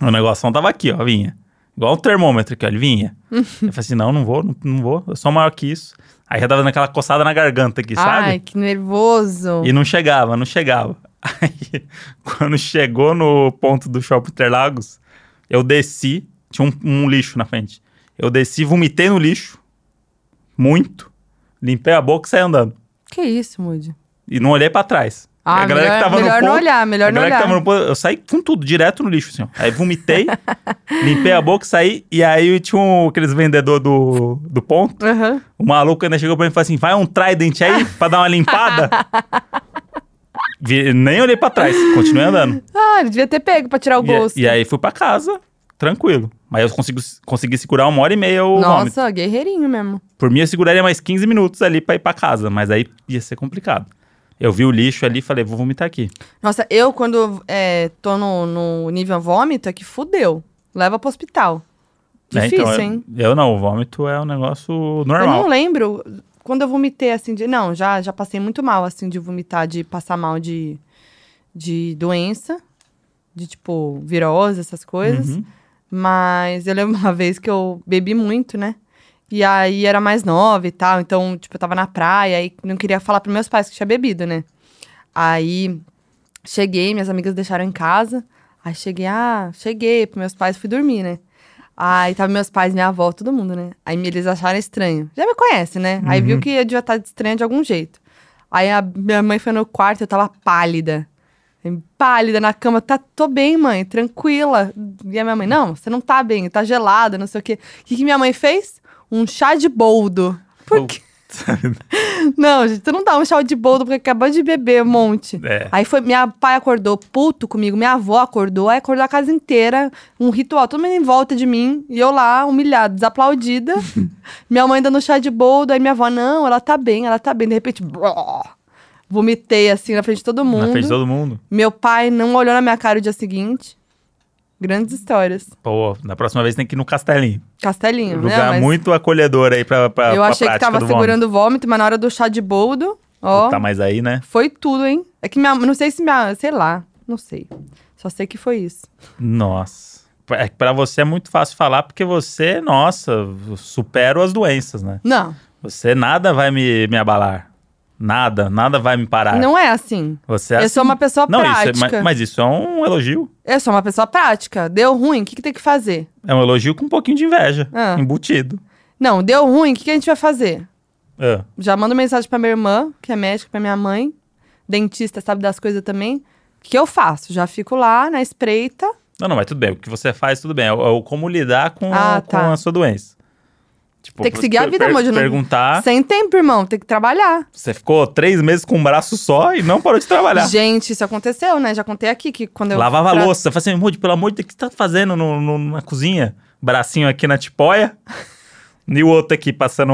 B: O negócio tava aqui, ó, vinha. Igual o termômetro aqui, ó, ele vinha. eu falei assim, não, não vou, não, não vou, eu sou maior que isso. Aí já tava dando aquela coçada na garganta aqui, sabe?
A: Ai, que nervoso.
B: E não chegava, não chegava. Aí, quando chegou no ponto do Shopping Interlagos, eu desci, tinha um, um lixo na frente. Eu desci, vomitei no lixo, muito, limpei a boca e saí andando.
A: Que isso, Moody?
B: E não olhei pra trás.
A: Ah,
B: a galera
A: melhor,
B: que tava
A: melhor
B: no
A: não
B: ponto,
A: olhar, melhor
B: a
A: não
B: galera
A: olhar.
B: que tava no ponto, eu saí com tudo, direto no lixo, assim. ó. Aí vomitei, limpei a boca, saí, e aí tinha um, aqueles vendedores do, do ponto,
A: Aham.
B: o maluco ainda chegou pra mim e falou assim: vai um Trident aí pra dar uma limpada. Vi- nem olhei pra trás, continuei andando.
A: Ah, ele devia ter pego pra tirar o gosto.
B: E, e aí fui pra casa, tranquilo. Mas eu consigo, consegui segurar uma hora e meia o vômito.
A: Nossa, guerreirinho mesmo.
B: Por mim, eu seguraria mais 15 minutos ali pra ir pra casa, mas aí ia ser complicado. Eu vi o lixo ali e falei: vou vomitar aqui.
A: Nossa, eu quando é, tô no, no nível vômito, é que fudeu. Leva pro hospital.
B: Né,
A: Difícil,
B: então, eu-
A: hein?
B: Eu, não, o vômito é um negócio
A: Eu não
B: normal.
A: lembro quando eu vomitei assim de. Não, já, já passei muito mal assim de vomitar, de passar mal de, de doença, de tipo virose, essas coisas.
B: Uhum.
A: Mas eu lembro uma vez que eu bebi muito, né? E aí era mais nova e tal, então, tipo, eu tava na praia e não queria falar pros meus pais que tinha bebido, né? Aí cheguei, minhas amigas deixaram em casa. Aí cheguei, ah, cheguei pros meus pais, fui dormir, né? Aí tava meus pais, minha avó, todo mundo, né? Aí me- eles acharam estranho. Já me conhece, né? Aí viu que eu devia estar estranha de algum jeito. Aí a minha mãe foi no quarto, eu tava pálida. Pálida na cama, tá, tô bem, mãe, tranquila. E a minha mãe, não, você não tá bem, tá gelada, não sei o quê. O que, que minha mãe fez? Um chá de boldo. Por quê? Não, gente, tu não dá um chá de boldo porque acabou de beber um monte.
B: É.
A: Aí foi, minha pai acordou puto comigo, minha avó acordou, aí acordou a casa inteira, um ritual, todo mundo em volta de mim, e eu lá, humilhada, desaplaudida. minha mãe dando chá de boldo, aí minha avó, não, ela tá bem, ela tá bem. De repente, bró, vomitei assim na frente de todo mundo.
B: Na frente de todo mundo.
A: Meu pai não olhou na minha cara o dia seguinte. Grandes histórias.
B: Pô, na próxima vez tem que ir no castelinho.
A: Castelinho, né?
B: Lugar
A: Mas
B: muito acolhedor aí pra, pra
A: eu
B: pra
A: achei que
B: prática
A: tava
B: do
A: segurando o vômito, mas na hora do chá de boldo, ó.
B: vômito. Tá mais aí, né?
A: Foi tudo, hein? É que minha. Não sei se minha. Sei lá. Não sei. Só sei que foi isso.
B: Nossa. É que pra você é muito fácil falar, porque você, nossa, supero as doenças, né?
A: Não.
B: Você nada vai me, me abalar. Nada, nada vai me parar.
A: Não é assim.
B: Você Ah. é
A: eu sou
B: assim.
A: uma pessoa
B: Não, isso é-
A: prática.
B: mas, mas isso é um elogio.
A: Eu sou uma pessoa prática. Deu ruim, o que, que tem que fazer?
B: É um elogio com um pouquinho de inveja.
A: Ah.
B: Embutido.
A: Não, deu ruim, o que, que a gente vai fazer?
B: Ah,
A: Já mando mensagem pra minha irmã, que é médica, pra minha mãe, dentista, sabe das coisas também. O que eu faço? Já fico lá na espreita.
B: Não, não, mas tudo bem. O que você faz, tudo bem. É o, é o como lidar com,
A: Ah,
B: com
A: tá.
B: a sua doença. Tipo,
A: Tem que seguir a vida, né? amor, de novo.
B: Perguntar.
A: Sem tempo, irmão, tem que trabalhar.
B: Você ficou três meses com um braço só e não parou de trabalhar.
A: Gente, isso aconteceu, né? Já contei aqui que quando eu.
B: Lavava
A: tra-
B: a louça. Falei assim, Moody, pelo amor de Deus, o que você tá fazendo no- no- na cozinha? Bracinho aqui na tipóia. e o outro aqui passando...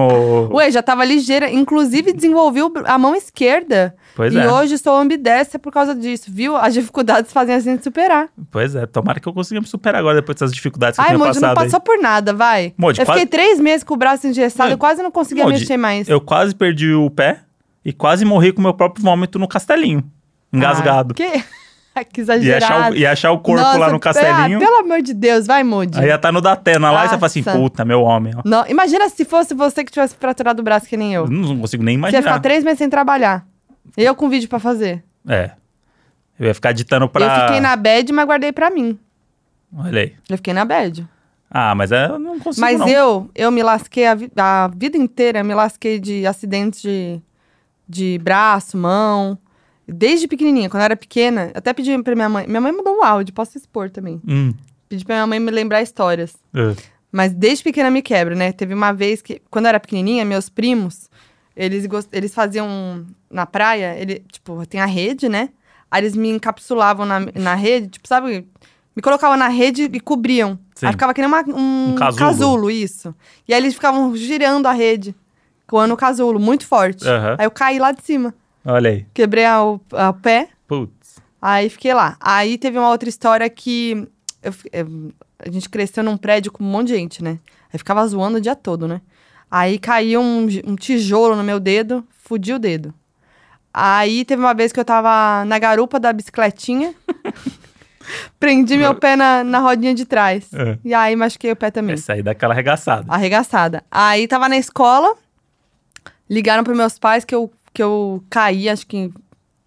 A: Ué, já tava ligeira. Inclusive, desenvolvi o br- a mão esquerda.
B: Pois
A: e
B: é.
A: hoje sou ambidestra por causa disso, viu? As dificuldades fazem a gente superar.
B: Pois é, tomara que eu consiga me superar agora depois dessas dificuldades que
A: Ai,
B: eu tenho
A: Moody, não
B: passado aí.
A: passou por nada, vai.
B: Moody,
A: eu
B: quase-
A: fiquei três meses com o braço engessado,
B: Não,
A: eu quase não conseguia
B: Moody,
A: mexer mais.
B: Eu quase perdi o pé e quase morri com meu próprio vômito no castelinho. Engasgado.
A: Ah, que... que
B: e, achar
A: exagerado.
B: o, e achar o corpo lá
A: Nossa,
B: no
A: pe- ah,
B: castelinho.
A: pelo amor de Deus, vai, Moody.
B: Aí ia tá no Datena lá e você fala assim,
A: Nossa.
B: puta, meu homem. ó.
A: Não, imagina se fosse você que tivesse fraturado o braço que nem eu.
B: Eu não consigo nem
A: Você ia
B: imaginar.
A: ficar três meses sem trabalhar. Eu com vídeo pra fazer.
B: É. Eu ia ficar ditando pra.
A: Eu fiquei na bad, mas guardei pra mim.
B: Olha aí.
A: Eu fiquei na bad.
B: Ah, mas é, eu não consigo.
A: mas
B: não.
A: eu eu me lasquei a, vi- a vida inteira, eu me lasquei de acidentes de, de braço, mão. Desde pequenininha, quando eu era pequena, até pedi pra minha mãe. Minha mãe mandou um áudio, posso expor também.
B: Hum,
A: Pedi pra minha mãe me lembrar histórias.
B: é.
A: Mas desde pequena me quebro, né? Teve uma vez que, quando eu era pequenininha, meus primos, eles, gos- eles faziam na praia, ele, tipo, tem a rede, né? Aí eles me encapsulavam na, na rede, tipo, sabe? Me colocavam na rede e cobriam.
B: Sim.
A: Aí ficava que nem uma- um,
B: Um casulo.
A: casulo. isso. E aí eles ficavam girando a rede, com o casulo, muito forte.
B: Aham.
A: Aí eu caí lá de cima,
B: Olha aí.
A: quebrei a- o a- o pé.
B: Putz.
A: Aí fiquei lá. Aí teve uma outra história que eu fi- eu- a gente cresceu num prédio com um monte de gente, né? Aí ficava zoando o dia todo, né? Aí caiu um, gi- um tijolo no meu dedo, fudi o dedo. Aí teve uma vez que eu tava na garupa da bicicletinha, prendi meu pé na, na rodinha de trás.
B: É.
A: E aí machuquei o pé também.
B: É sair daquela arregaçada.
A: Arregaçada. Aí tava na escola, ligaram pros meus pais que eu, que eu caí, acho que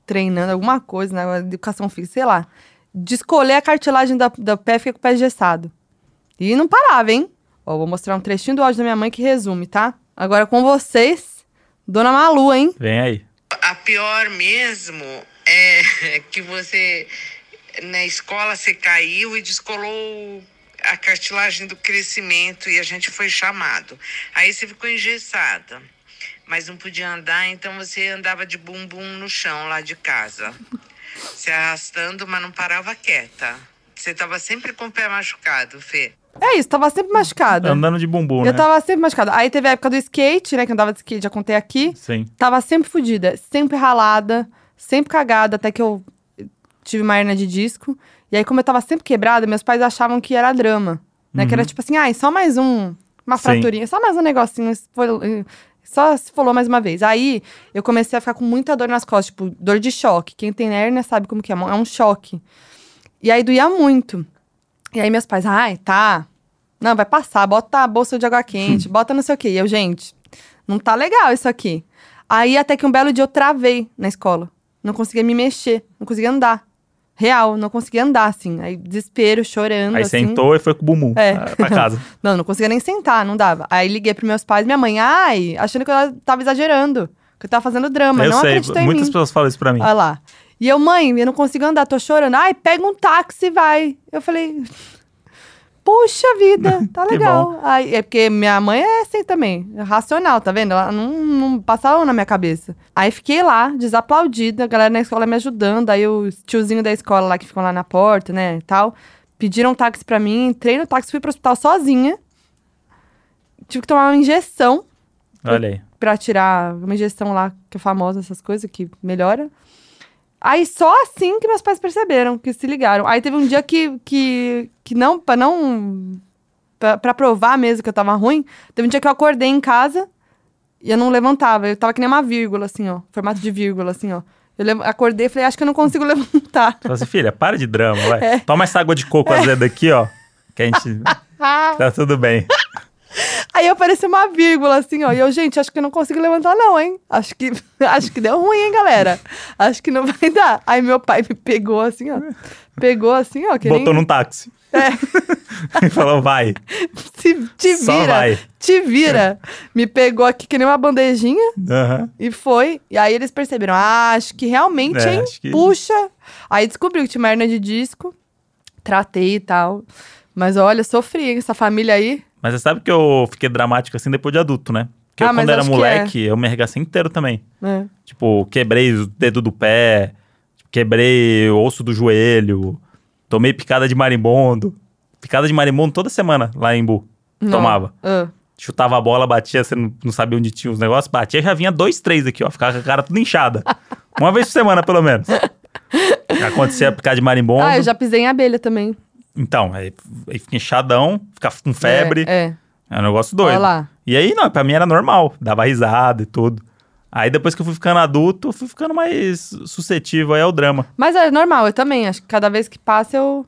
A: treinando alguma coisa na educação física, sei lá. Descolei a cartilagem da- do pé, fiquei com o pé engessado. E não parava, hein? Ó, vou mostrar um trechinho do áudio da minha mãe que resume, tá? Agora com vocês, Dona Malu, hein?
B: Vem aí.
D: A pior mesmo é que você na escola você caiu e descolou a cartilagem do crescimento e a gente foi chamado. Aí você ficou engessada, mas não podia andar, então você andava de bumbum no chão lá de casa, se arrastando, mas não parava quieta. Você estava sempre com o pé machucado, Fê.
A: É isso, tava sempre machucada.
B: Andando de bumbum,
A: Eu
B: né?
A: tava sempre machucada. Aí teve a época do skate, né? Que eu andava de skate, já contei aqui.
B: Sim.
A: Tava sempre fodida, sempre ralada, sempre cagada, até que eu tive uma hernia de disco. E aí, como eu tava sempre quebrada, meus pais achavam que era drama. Né? Que era tipo assim, ai, só mais um, uma
B: Sim.
A: fraturinha, só mais um negocinho. esfol- eh, Só se falou mais uma vez. Aí, eu comecei a ficar com muita dor nas costas, tipo, dor de choque. Quem tem hérnia sabe como que é, é um choque. E aí, doía muito. E aí, meus pais, ai, tá. Não, vai passar, bota a bolsa de água quente,
B: Hum.
A: bota não sei o quê. E eu, gente, não tá legal isso aqui. Aí até que um belo dia eu travei na escola. Não conseguia me mexer, não conseguia andar. Real, não conseguia andar, assim. Aí desespero, chorando,
B: Aí
A: assim.
B: sentou e foi com o bumbum
A: É.
B: ah, pra casa.
A: Não, não conseguia nem sentar, não dava. Aí liguei pros meus pais, minha mãe, ai, achando que eu tava exagerando, que eu tava fazendo drama,
B: eu
A: não
B: sei,
A: acreditou em mim.
B: muitas
A: Ah,
B: pessoas falam isso pra mim.
A: Olha lá. E eu, mãe, eu não consigo andar, tô chorando. Ai, pega um táxi e vai. Eu falei, puxa vida, tá
B: Que
A: legal. Aí, é porque minha mãe é assim também, é racional, tá vendo? Ela não, não passava na minha cabeça. Aí fiquei lá, desaplaudida, a galera na escola me ajudando. Aí os tiozinhos da escola lá que ficam lá na porta, né, e tal, pediram um táxi pra mim, entrei no táxi, fui pro hospital sozinha. Tive que tomar uma injeção
B: Olha aí.
A: pra tirar uma injeção lá, que é famosa, essas coisas, que melhora. Aí só assim que meus pais perceberam, que se ligaram. Aí teve um dia que, que, que não, pra não. Pra, pra provar mesmo que eu tava ruim, teve um dia que eu acordei em casa e eu não levantava. Eu tava que nem uma vírgula, assim, ó. Formato de vírgula, assim, ó. Eu lev- acordei e falei, acho que eu não consigo levantar.
B: Fala assim, filha, para de drama,
A: É.
B: vai. Toma essa água de coco azeda aqui, ó. Que a gente.
A: Ah,
B: Tá tudo bem.
A: Aí apareceu uma vírgula, assim, ó. E eu, gente, acho que eu não consigo levantar, não, hein? Acho que, acho que deu ruim, hein, galera? Acho que não vai dar. Aí meu pai me pegou, assim, ó. Pegou, assim, ó. Que
B: Botou
A: nem...
B: num táxi.
A: É,
B: E falou, vai.
A: se, te
B: Só
A: vira,
B: vai.
A: te vira. Me pegou aqui que nem uma bandejinha.
B: Aham.
A: E foi. E aí eles perceberam, ah, acho que realmente,
B: É,
A: hein?
B: acho que-
A: Puxa. Aí descobriu que tinha uma hernia de disco. Tratei e tal. Mas olha, sofri, hein? Essa família aí.
B: Mas você sabe que eu fiquei dramático assim depois de adulto, né? Porque
A: Ah,
B: eu,
A: mas
B: quando era
A: acho que
B: moleque, eu me arregacei inteiro também.
A: né?
B: Tipo, quebrei o dedo do pé, quebrei o osso do joelho, tomei picada de marimbondo. Picada de marimbondo toda semana lá em Bu. Tomava.
A: Ah.
B: Chutava a bola, batia, você não, não sabia onde tinha os negócios, batia, já vinha dois, três aqui, ó. Ficava com a cara tudo inchada. Uma vez por semana, pelo menos. Acontecia picar de marimbondo.
A: Ah, eu já pisei em abelha também.
B: Então, aí, aí fica inchadão, fica com febre. É,
A: É. é.
B: um negócio doido.
A: Olha lá.
B: E aí, não, pra mim era normal, dava risada e tudo. Aí depois que eu fui ficando adulto, eu fui ficando mais suscetível aí ao drama.
A: Mas é normal, eu também. Acho que cada vez que passa eu,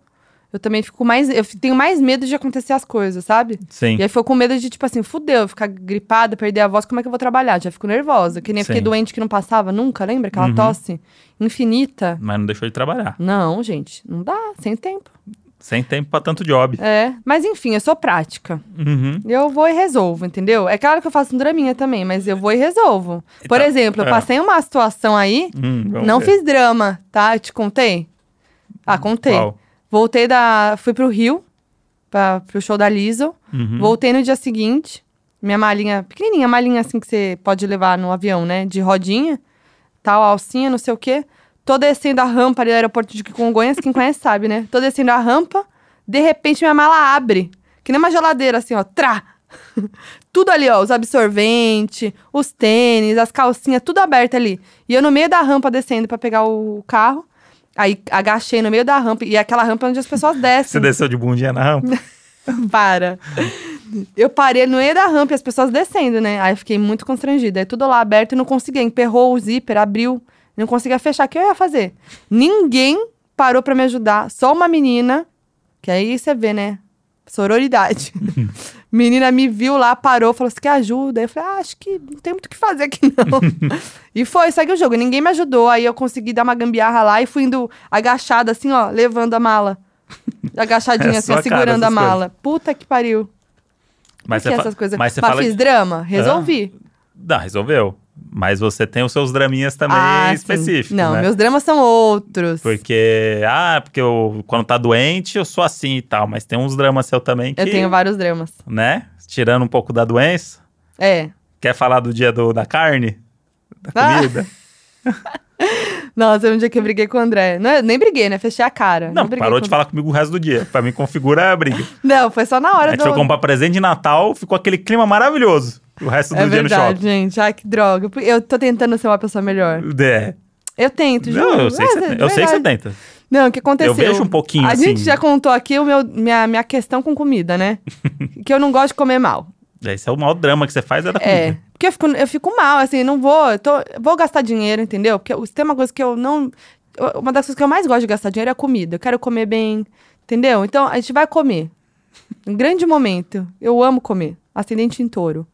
A: eu também fico mais. Eu fi- tenho mais medo de acontecer as coisas, sabe?
B: Sim.
A: E aí fico com medo de, tipo assim, fudeu, eu ficar gripada, perder a voz, como é que eu vou trabalhar? Já fico nervosa. Que nem eu fiquei
B: Sim.
A: doente que não passava nunca, lembra? Aquela
B: Uhum.
A: tosse infinita.
B: Mas não deixou de trabalhar.
A: Não, gente, não dá, sem tempo.
B: Sem tempo pra tanto job.
A: É, mas enfim, eu sou prática.
B: Uhum.
A: Eu vou e resolvo, entendeu? É claro que eu faço um draminha também, mas eu vou e resolvo. Por
B: Tá,
A: exemplo, eu
B: é.
A: passei uma situação aí
B: Hum, vamos
A: Não
B: ver.
A: fiz drama, tá? Eu te contei? Ah, contei.
B: Qual?
A: Voltei da. Fui pro Rio, pra, pro show da Lizzo.
B: Uhum.
A: Voltei no dia seguinte. Minha malinha, pequenininha, malinha assim que você pode levar no avião, né? De rodinha, tal, alcinha, não sei o quê. Tô descendo a rampa ali do aeroporto de Congonhas, quem conhece sabe, né? Tô descendo a rampa, de repente minha mala abre. Que nem uma geladeira, assim, ó, trá! tudo ali, ó, os absorventes, os tênis, as calcinhas, tudo aberto ali. E eu no meio da rampa descendo pra pegar o carro. Aí agachei no meio da rampa. E é aquela rampa onde as pessoas
B: Você
A: descem.
B: desceu de bundinha na rampa?
A: Para. Eu parei no meio da rampa e as pessoas descendo, né? Aí eu fiquei muito constrangida. Aí tudo lá aberto e não conseguia. Emperrou o zíper, abriu. Não conseguia fechar. O que eu ia fazer? Ninguém parou pra me ajudar. Só uma menina. Que aí você vê, né? Sororidade. menina me viu lá, parou, falou assim: quer ajuda? Aí eu falei: ah, acho que não tem muito o que fazer aqui não. e foi, segue o jogo. Ninguém me ajudou. Aí eu consegui dar uma gambiarra lá e fui indo agachada, assim, ó, levando a mala. Agachadinha,
B: É
A: assim, ó,
B: sua cara
A: segurando a
B: essas coisas.
A: mala. Puta que pariu.
B: Mas
A: Por que
B: fa-
A: essas coisas?
B: Mas
A: Mas,
B: você fala.
A: fiz drama? Resolvi.
B: Não, resolveu. Mas você tem os seus draminhas também
A: Ah, sim.
B: específicos.
A: Não,
B: né?
A: meus dramas são outros.
B: Porque, ah, porque eu, quando tá doente, eu sou assim e tal. Mas tem uns dramas seu também que.
A: Eu tenho vários dramas.
B: Né? Tirando um pouco da doença.
A: É.
B: Quer falar do dia do, da carne? Da
A: Ah.
B: comida?
A: Nossa, um dia que eu briguei com o André. Não, eu nem briguei, né? Fechei a cara.
B: não,
A: briguei
B: parou
A: com-
B: de falar comigo o resto do dia. Pra mim, configura a briga.
A: Não, foi só na
B: A
A: hora
B: gente
A: do...
B: foi comprar presente de Natal, ficou aquele clima maravilhoso. O resto do
A: É
B: dia
A: verdade,
B: no
A: gente. Ai, que droga. Eu tô tentando ser uma pessoa melhor.
B: shopping. É.
A: Eu tento, juro.
B: Não, eu sei,
A: É,
B: que
A: é
B: você, eu sei que você
A: verdade.
B: tenta.
A: Não, o que aconteceu?
B: Eu vejo um pouquinho,
A: A
B: assim.
A: gente já contou aqui o meu, minha, minha questão com comida, né? que eu não gosto de comer mal.
B: Esse é o maior drama que você faz, é da comida.
A: É. Porque eu fico, eu fico mal, assim, não vou. eu tô- vou gastar dinheiro, entendeu? Porque eu- se tem uma coisa que eu não. eu- Uma das coisas que eu mais gosto de gastar dinheiro é a comida. Eu quero comer bem, entendeu? Então a gente vai comer. Um grande momento. Eu amo comer. Ascendente em touro.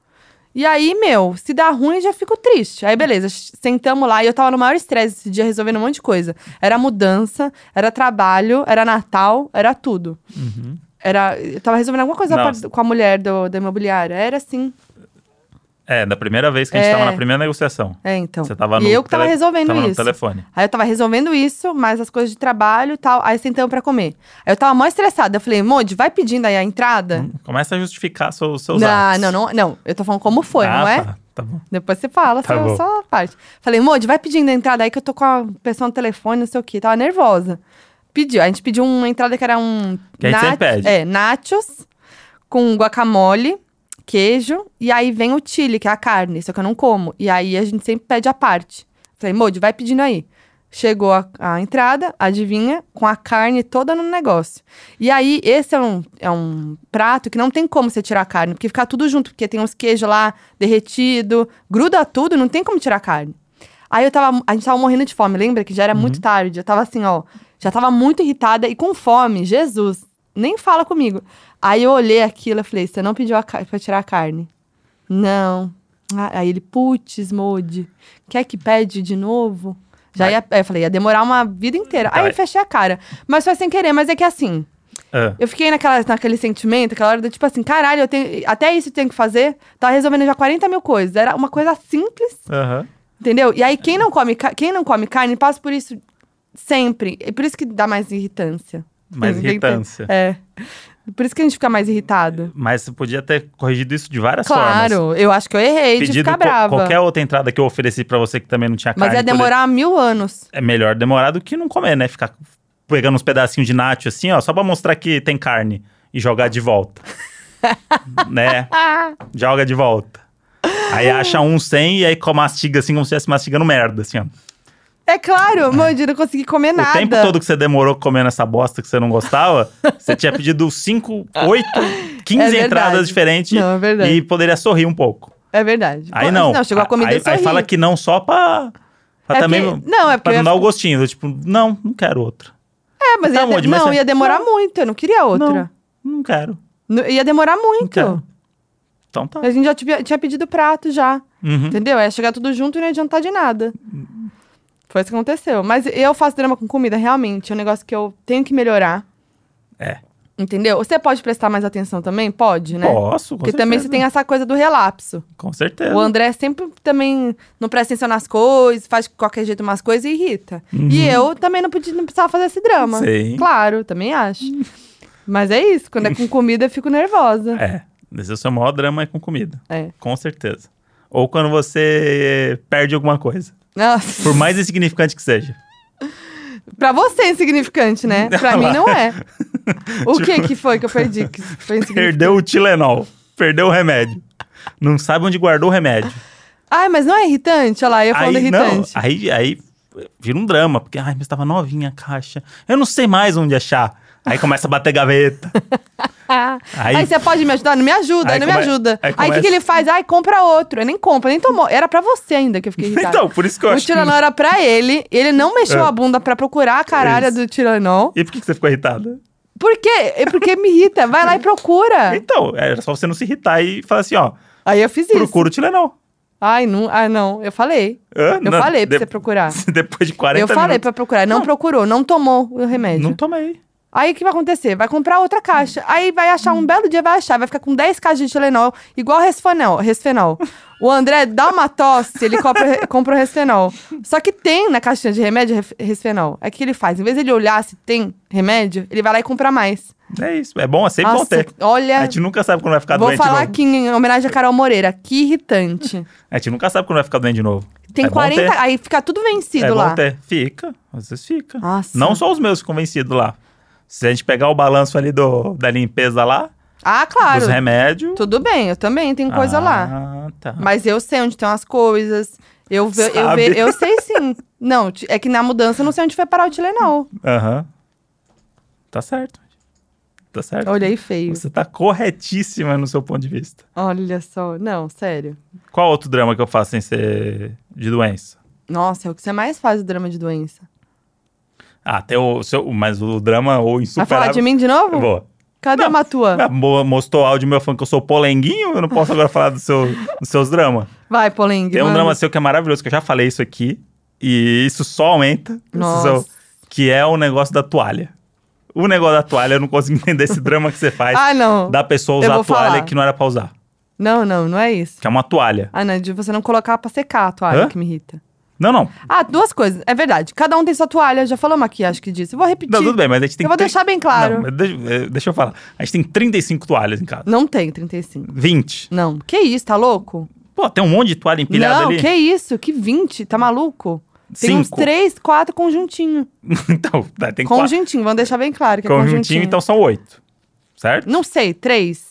A: E aí, meu, se dá ruim, já fico triste. Aí, beleza, ch- sentamos lá e eu tava no maior estresse esse dia resolvendo um monte de coisa. Era mudança, era trabalho, era Natal, era tudo. Era, eu tava resolvendo alguma coisa
B: Nossa.
A: com a- com a mulher do, da imobiliária. Era assim.
B: É, da primeira vez que a gente
A: É.
B: tava na primeira negociação.
A: É, então.
B: Você tava
A: e
B: no
A: eu que tava
B: tele-
A: resolvendo
B: tava no
A: isso.
B: telefone.
A: Aí eu tava resolvendo isso, mas as coisas de trabalho e tal. Aí sentamos pra comer. Aí eu tava mó estressada. Eu falei, Modi, vai pedindo aí a entrada?
B: Começa a justificar seus, seus
A: não,
B: atos.
A: não, não, não. Eu tô falando como foi,
B: Ah,
A: não é?
B: Tá, tá bom.
A: Depois você fala,
B: Tá bom.
A: só, só a parte. Falei, Modi, vai pedindo a entrada aí que eu tô com a pessoa no telefone, não sei o quê. Tava nervosa. Pediu. A gente pediu uma entrada que era um.
B: Que a gente sempre pede.
A: É, nachos com guacamole, queijo, e aí vem o chili, que é a carne, só que eu não como. E aí a gente sempre pede a parte. Falei, Modi, vai pedindo aí. Chegou a, a entrada, adivinha, com a carne toda no negócio. E aí, esse é um, é um prato que não tem como você tirar a carne, porque fica tudo junto, porque tem uns queijos lá derretido, gruda tudo, não tem como tirar a carne. Aí eu tava, a gente tava morrendo de fome, lembra que já era muito tarde? Eu tava assim, ó, já tava muito irritada e com fome, Jesus. nem fala comigo. Aí eu olhei aquilo e falei, você não pediu a car- pra tirar a carne? Não. Ah, Aí ele, putz, Modi, quer que pede de novo? Já
B: Vai.
A: ia, aí eu falei, ia demorar uma vida inteira. Aí
B: Vai.
A: eu fechei a cara. Mas foi sem querer, mas é que assim,
B: Ah,
A: eu fiquei naquela, naquele sentimento, aquela hora do tipo assim, caralho, eu tenho, até isso eu tenho que fazer. Tava resolvendo já 40 mil coisas. Era uma coisa simples
B: aham.
A: Entendeu? E aí, quem não come, ca- quem não come carne passa por isso sempre. É por isso que dá mais irritância.
B: Mais
A: Tem- tem-
B: irritância.
A: É. Por isso que a gente fica mais irritado.
B: Mas você podia ter corrigido isso de várias
A: claro,
B: formas.
A: eu acho que eu errei de
B: Pedido
A: ficar
B: co-
A: brava.
B: qualquer outra entrada que eu ofereci pra você que também não tinha
A: Mas é
B: carne.
A: ia demorar mil anos.
B: poderia- É melhor demorar do que não comer, né? Ficar pegando uns pedacinhos de nacho assim, ó, só pra mostrar que tem carne e jogar de volta. né?
A: Ah!
B: Joga de volta. Aí acha um sem e aí co- mastiga assim como se estivesse mastigando merda, assim, ó.
A: É claro, Mandy, não consegui comer nada.
B: O tempo todo que você demorou comendo essa bosta que você não gostava, você tinha pedido 5, 8, 15
A: É verdade.
B: entradas diferentes
A: Não, é verdade.
B: e poderia sorrir um pouco.
A: É verdade.
B: Aí
A: Pô,
B: não.
A: chegou a comida
B: aí,
A: eu
B: aí
A: sorri.
B: fala que não só pra, pra
A: É
B: também
A: porque- não, é porque
B: pra
A: eu
B: não
A: ia
B: dar o
A: ficar-
B: gostinho. Tipo, não, não quero outra.
A: É, mas
B: Tá,
A: ia, de-
B: Mandy, mas
A: não,
B: você-
A: ia demorar muito. Eu não queria outra.
B: Não, não quero.
A: Não, Ia demorar
B: Não
A: muito.
B: quero. Então tá.
A: A gente já tinha, tinha pedido prato já.
B: Uhum.
A: Entendeu? É chegar tudo junto e não adiantar de nada. Foi isso que aconteceu. Mas eu faço drama com comida, realmente. É um negócio que eu tenho que melhorar.
B: É.
A: Entendeu? Você pode prestar mais atenção também? Pode, né?
B: Posso, com
A: Porque
B: certeza. É.
A: também você tem essa coisa do relapso.
B: Com certeza.
A: O André sempre também não presta atenção nas coisas, faz de qualquer jeito umas coisas e irrita. E eu também não, podia, não precisava fazer esse drama.
B: Uhum. Sim.
A: Claro, também acho. Mas é isso, quando é com comida eu fico nervosa.
B: É. Esse é o seu maior drama é com comida.
A: É.
B: Com certeza. Ou quando você perde alguma coisa.
A: Nossa.
B: Por mais insignificante que seja.
A: Pra você é insignificante, né? Pra mim não é. O
B: Tipo-
A: que que foi que eu perdi? Que foi insignificante?
B: Perdeu o Tilenol. Perdeu o remédio. Não sabe onde guardou o remédio.
A: Ai, mas não é irritante? Olha lá, eu falando
B: aí, não, Ah.
A: irritante.
B: aí, aí vira um drama, porque, ai, mas tava novinha a caixa. Eu não sei mais onde achar. Aí começa a bater gaveta.
A: Ah,
B: aí-
A: aí, você pode me ajudar? Não me ajuda,
B: Aí
A: aí não me
B: come-
A: ajuda.
B: aí
A: Aí o
B: começa-
A: que, que ele faz? Ai, compra outro. Eu nem compra, nem tomou. Era pra você ainda que eu fiquei irritada.
B: então, por isso que eu
A: o
B: acho. que-
A: Tiranol era pra ele, ele não mexeu
B: É.
A: a bunda pra procurar a caralha
B: Isso.
A: do Tiranol.
B: E por que que você ficou irritada?
A: Por quê? É porque me irrita. Vai lá e procura.
B: Então, era só você não se irritar e falar assim, ó,
A: Aí eu fiz isso.
B: procura o Tilenol.
A: Ai, não, ai, não. Eu falei.
B: Hã?
A: Eu
B: Não,
A: falei pra
B: de-
A: você procurar.
B: Depois de 40
A: Eu falei
B: minutos,
A: pra procurar. Não, procurou, não tomou o remédio.
B: Não tomei.
A: Aí o que vai acontecer? Vai comprar outra caixa. Aí vai achar um belo dia, vai achar, vai ficar com 10 caixas de Tilenol, igual resfenol. resfenol. O André dá uma tosse, ele compra, compra o resfenol. Só que tem na caixinha de remédio ref- resfenol. É o que ele faz. Em vez de ele olhar se tem remédio, ele vai lá e compra mais.
B: É isso. É bom, é sempre bom
A: Nossa,
B: ter. A
A: olha,
B: gente nunca sabe quando vai ficar
A: vou
B: doente
A: falar
B: de novo.
A: aqui em homenagem a Carol Moreira. Que irritante.
B: A gente nunca sabe quando vai ficar doente de novo.
A: Tem
B: É bom
A: 40,
B: ter.
A: aí fica tudo vencido
B: é
A: lá.
B: Bom ter. Fica, às vezes fica.
A: Nossa.
B: Não só os meus convencidos lá. Se a gente pegar o balanço ali do, da limpeza lá,
A: Ah, claro.
B: dos remédios.
A: Tudo bem, eu também tenho coisa lá.
B: Ah, tá.
A: Mas eu sei onde tem umas coisas. Eu, ve, eu,
B: Sabe?
A: ve, eu sei sim. Não, ti- é que na mudança eu não sei onde foi parar o Tilenol.
B: Aham. Tá certo. Tá certo.
A: Olhei feio.
B: Você tá corretíssima no seu ponto de vista.
A: Olha só. Não, sério.
B: Qual outro drama que eu faço sem ser de doença?
A: Nossa, é o que você mais faz o drama de doença.
B: Ah, tem o seu. Mas o drama ou
A: Vai
B: insuperável.
A: falar de mim de
B: Eu
A: novo?
B: Vou.
A: Cadê
B: Não,
A: uma tua?
B: Ah, mo- Mostrou áudio meu falando que eu sou polenguinho, eu não posso agora falar do seu, dos seus dramas.
A: Vai, Polengue.
B: Tem um
A: manda.
B: drama seu que é maravilhoso, que eu já falei isso aqui. E isso só aumenta. Isso
A: Nossa.
B: só- que é o negócio da toalha. O negócio da toalha, eu não consigo entender esse drama que você faz.
A: Ah, não.
B: da pessoa
A: eu
B: usar a
A: vou
B: toalha
A: falar.
B: que não era pra usar.
A: Não, não, não é isso.
B: Que é uma toalha.
A: Ah, não, de você não colocar pra secar a toalha
B: Hã?
A: que me irrita.
B: Não, não.
A: Ah, duas coisas. É verdade. Cada um tem sua toalha. Já falamos aqui, acho que disso. Eu vou repetir.
B: Não, tudo bem, mas a gente tem
A: Eu vou
B: tri-
A: deixar bem claro.
B: Não, mas deixa, eh, deixa eu falar. A gente tem 35 toalhas em casa.
A: Não tem 35.
B: 20.
A: Não. Que isso, tá louco?
B: Pô, tem um monte de toalha empilhada
A: não,
B: ali.
A: que isso? Que 20? Tá maluco? Tem uns
B: Cinco.
A: 3, 4 conjuntinho.
B: então, tá, tem quatro.
A: Conjuntinho, vamos deixar bem claro que é
B: Conjuntinho,
A: conjuntinho.
B: então são oito. Certo?
A: Não sei, 3?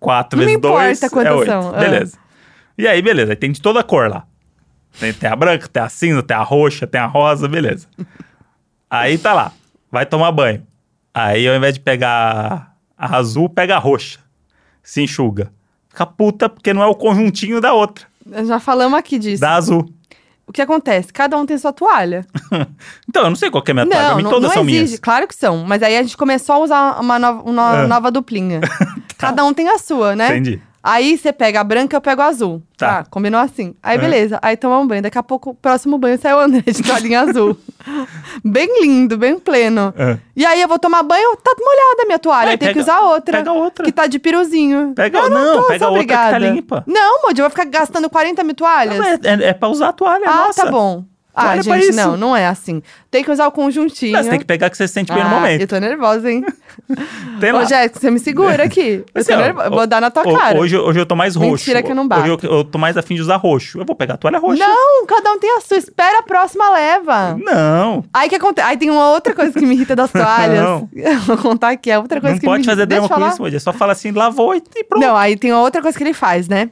B: 4
A: Não me
B: vezes
A: importa
B: 2 é
A: quantas
B: 8.
A: são, ah.
B: Beleza. E aí, beleza. Aí tem de toda cor lá. Tem, tem a branca, tem a cinza, tem a roxa, tem a rosa, beleza. Aí tá lá. Vai tomar banho. Aí ao invés de pegar a azul, pega a roxa. Se enxuga. Fica puta porque não é o conjuntinho da outra,
A: Já falamos aqui disso.
B: da azul.
A: O que acontece? Cada um tem sua toalha.
B: então, eu não sei qual que é a minha
A: Não,
B: taxa. Pra mim,
A: não,
B: todas
A: não
B: são
A: exige.
B: minhas.
A: Claro que são. Mas aí a gente começou a usar uma nova, uma
B: Ah.
A: nova duplinha. Cada um tem a sua, né?
B: Tá. Entendi.
A: Aí você pega a branca, eu pego a azul.
B: Tá.
A: Tá. combinou assim. Aí
B: É.
A: beleza, aí tomamos banho. Daqui a pouco, o próximo banho saiu o André de toalhinha azul. bem lindo, bem pleno.
B: É.
A: E aí eu vou tomar banho, tá molhada a minha toalha.
B: Ué,
A: eu tenho que
B: pega-
A: usar outra.
B: pega outra.
A: Que tá de piruzinho.
B: Pega-
A: eu
B: não,
A: tô,
B: pega
A: sou
B: outra que tá
A: obrigada.
B: limpa.
A: Não, Moody, eu vou ficar gastando 40 mil toalhas.
B: Não, é, é, é pra usar a toalha,
A: ah,
B: nossa.
A: tá bom. Ah,
B: Toalha pra
A: gente,
B: isso.
A: não, não é assim. Tem que usar o conjuntinho.
B: Não, você tem que pegar o que você se sente bem no
A: Ah,
B: momento.
A: Eu tô nervosa, hein?
B: Tem lá.
A: Ô, Jéssica, você me segura aqui. Eu
B: Assim,
A: tô
B: ó,
A: nervosa. Eu Vou
B: ho-
A: dar na tua
B: ho-
A: cara.
B: Hoje, hoje eu tô mais roxo.
A: Mentira que eu não bato.
B: Hoje eu, eu tô mais afim de usar roxo. Eu vou pegar a toalha roxa.
A: Não, cada um tem a sua. Espera a próxima leva.
B: Não.
A: Aí que acontece. Aí tem uma outra coisa que me irrita das toalhas.
B: Não.
A: Eu Vou contar aqui. É outra coisa
B: Não
A: que
B: pode
A: me
B: fazer
A: Deixa eu
B: drama com
A: falar.
B: isso, hoje. É só falar assim, lavou e e pronto.
A: Não, aí tem outra coisa que ele faz, né?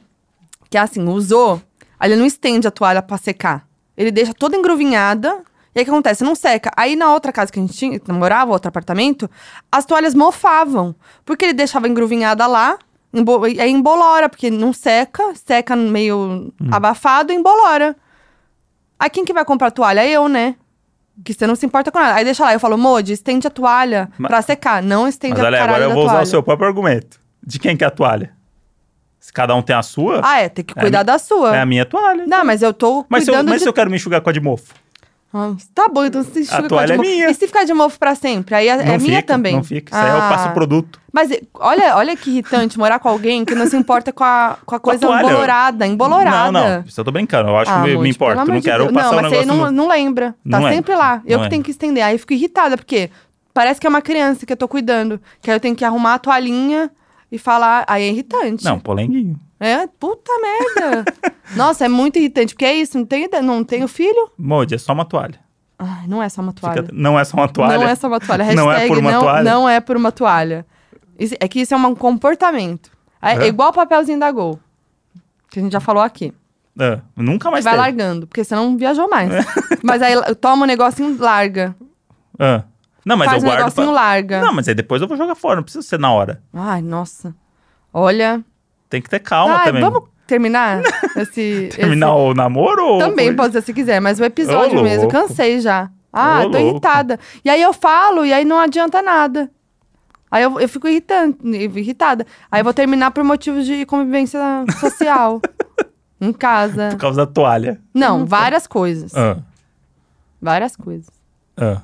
A: Que é assim, usou, aí ele não estende a toalha pra secar. Ele deixa toda engruvinhada. E aí o que acontece? Não seca. Aí na outra casa que a gente tinha, que morava, outro apartamento, as toalhas mofavam. Porque ele deixava engruvinhada lá, embo- e aí embolora, porque não seca, seca meio
B: Hum.
A: abafado e embolora. Aí quem que vai comprar toalha? Eu, né? Que você não se importa com nada. Aí deixa lá, eu falo, Modi, estende a toalha
B: Ma-
A: pra secar. Não estende
B: Mas
A: a
B: olha,
A: caralho
B: agora eu
A: da
B: vou usar
A: toalha.
B: o seu próprio argumento. De quem que é a toalha? Se cada um tem a sua,
A: Ah, é, tem que
B: É a
A: cuidar
B: mi-
A: da sua.
B: é a minha toalha.
A: Não, mas eu tô
B: Mas, se eu,
A: cuidando
B: mas
A: de...
B: se eu quero me enxugar com a de mofo?
A: Ah, tá bom, então se fica
B: toalha
A: de
B: é
A: mofo.
B: minha.
A: E se ficar de mofo pra sempre? Aí é, é
B: não
A: minha
B: fica,
A: também.
B: Não fica. Isso aí é o
A: Ah.
B: passo produto.
A: Mas eh, olha, olha que irritante morar com alguém que não se importa com a, com a coisa
B: toalha.
A: embolorada, embolorada.
B: Não, não. Isso eu tô brincando. Eu acho
A: Ah,
B: que me, me
A: Monte, pelo
B: importa.
A: amor
B: Não
A: de
B: quero
A: Deus.
B: passar
A: Não,
B: um
A: mas
B: negócio
A: você não,
B: no...
A: não lembra. Tá
B: Não lembra.
A: sempre lá. Eu
B: Não é.
A: que tenho que estender. Aí eu fico irritada, porque parece que é uma criança que eu tô cuidando. Que aí eu tenho que arrumar a toalhinha e falar. Aí é irritante.
B: Não, polenguinho.
A: É, puta merda. Nossa, é muito irritante, porque é isso, não tenho, ide- não tenho filho.
B: Mode, é só uma toalha.
A: Ai, não é só uma toalha.
B: Fica- Não é só uma toalha.
A: Não é só uma toalha.
B: Não é por uma
A: não,
B: toalha.
A: Não é por uma toalha. Isso- é que isso é um comportamento. É,
B: É?
A: igual o papelzinho da Gol. Que a gente já falou aqui.
B: É, nunca mais
A: Vai
B: teve.
A: largando, porque você não viajou mais.
B: É.
A: Mas aí toma um negocinho, larga.
B: Ah. Não, mas
A: faz
B: eu
A: um
B: guardo.
A: negocinho,
B: pra-
A: larga.
B: Não, mas aí depois eu vou jogar fora, não precisa ser na hora.
A: Ai, nossa. Olha.
B: Tem que ter calma
A: Ai,
B: também.
A: Tá, vamos terminar esse.
B: Terminar
A: esse-
B: o namoro ou.
A: Também
B: coisa?
A: pode ser se quiser, mas o episódio
B: Ô,
A: mesmo,
B: louco.
A: cansei já. Ah,
B: Ô,
A: tô
B: louco.
A: irritada. E aí eu falo e aí não adianta nada. Aí eu, eu fico irritante, irritada. Aí eu vou terminar por motivos de convivência social. em casa.
B: Por causa da toalha.
A: Não, várias coisas.
B: Ah,
A: Várias coisas.
B: ah.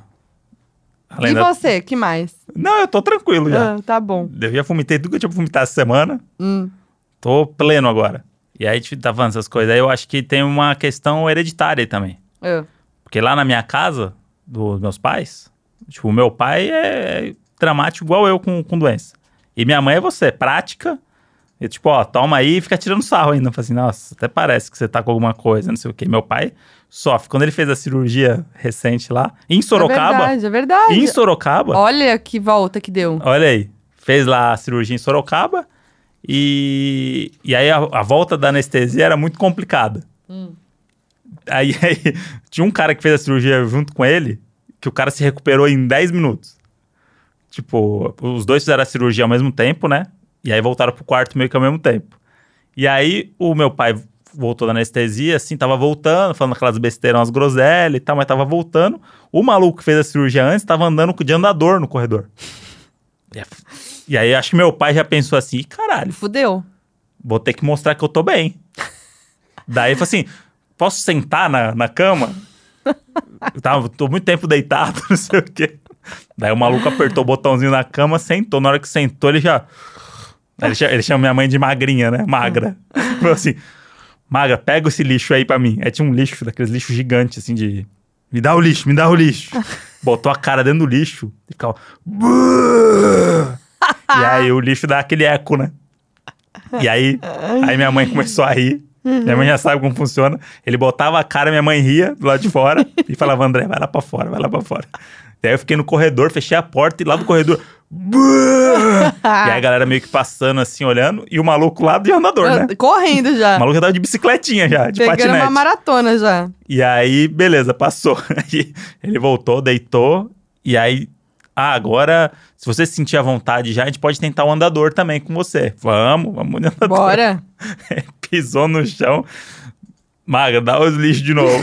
B: Além
A: e
B: da-
A: você, que mais?
B: Não, eu tô tranquilo já.
A: Ah, tá bom.
B: Eu já vomitei tudo que eu tinha pra vomitar essa semana.
A: Hum.
B: Tô pleno agora. E aí, tipo, tá falando essas coisas. Aí eu acho que tem uma questão hereditária aí também.
A: Ah,
B: Porque lá na minha casa, dos meus pais, tipo, o meu pai é dramático igual eu com, com doença. E minha mãe é você, prática. E tipo, ó, toma aí e fica tirando sarro ainda. Fala assim, nossa, até parece que você tá com alguma coisa, não sei o quê. Meu pai sofre. Quando ele fez a cirurgia recente lá, em
A: É
B: Sorocaba.
A: verdade, é verdade.
B: em Sorocaba.
A: Olha que volta que deu.
B: Olha aí. Fez lá a cirurgia em Sorocaba. E, e aí a, a volta da anestesia era muito complicada. Aí, aí tinha um cara que fez a cirurgia junto com ele, que o cara se recuperou em 10 minutos. Tipo, os dois fizeram a cirurgia ao mesmo tempo, né? E aí voltaram pro quarto meio que ao mesmo tempo. E aí o meu pai voltou da anestesia, assim, tava voltando, falando aquelas besteiras, umas groselhas e tal, mas tava voltando. O maluco que fez a cirurgia antes tava andando de andador no corredor. E é- E aí acho que meu pai já pensou assim, "Ih, caralho,
A: Fudeu.
B: vou ter que mostrar que eu tô bem. Daí ele falou assim: posso sentar na, na cama? Eu tava, tô muito tempo deitado, não sei o quê. Daí o maluco apertou o botãozinho na cama, sentou. Na hora que sentou, ele já. Ele, cha- ele chama minha mãe de magrinha, né? Magra. Falou assim: Magra, pega esse lixo aí pra mim. Aí tinha um lixo, daqueles lixos gigantes, assim, de. Me dá o lixo, me dá o lixo. Botou a cara dentro do lixo e ficava. "Bruh!" E aí o lixo dá aquele eco, né? E aí, aí minha mãe começou a rir. Minha mãe já sabe como funciona. Ele botava a cara, minha mãe ria do lado de fora e falava: André, vai lá pra fora, vai lá pra fora. Daí eu fiquei no corredor, fechei a porta e lá do corredor. "Bruh!" e
A: Ah,
B: aí a galera meio que passando assim, olhando, e o maluco lá de andador, né?
A: Correndo
B: O
A: já.
B: maluco já tava de bicicletinha já, de
A: Pegando
B: patinete.
A: uma maratona já.
B: E aí, beleza, passou. Aí ele voltou, deitou, e aí. Ah, agora, se você se sentir à vontade já, a gente pode tentar o andador também com você. Vamos, vamos de andador.
A: Bora.
B: Pisou no chão. Maga, dá os lixos de novo.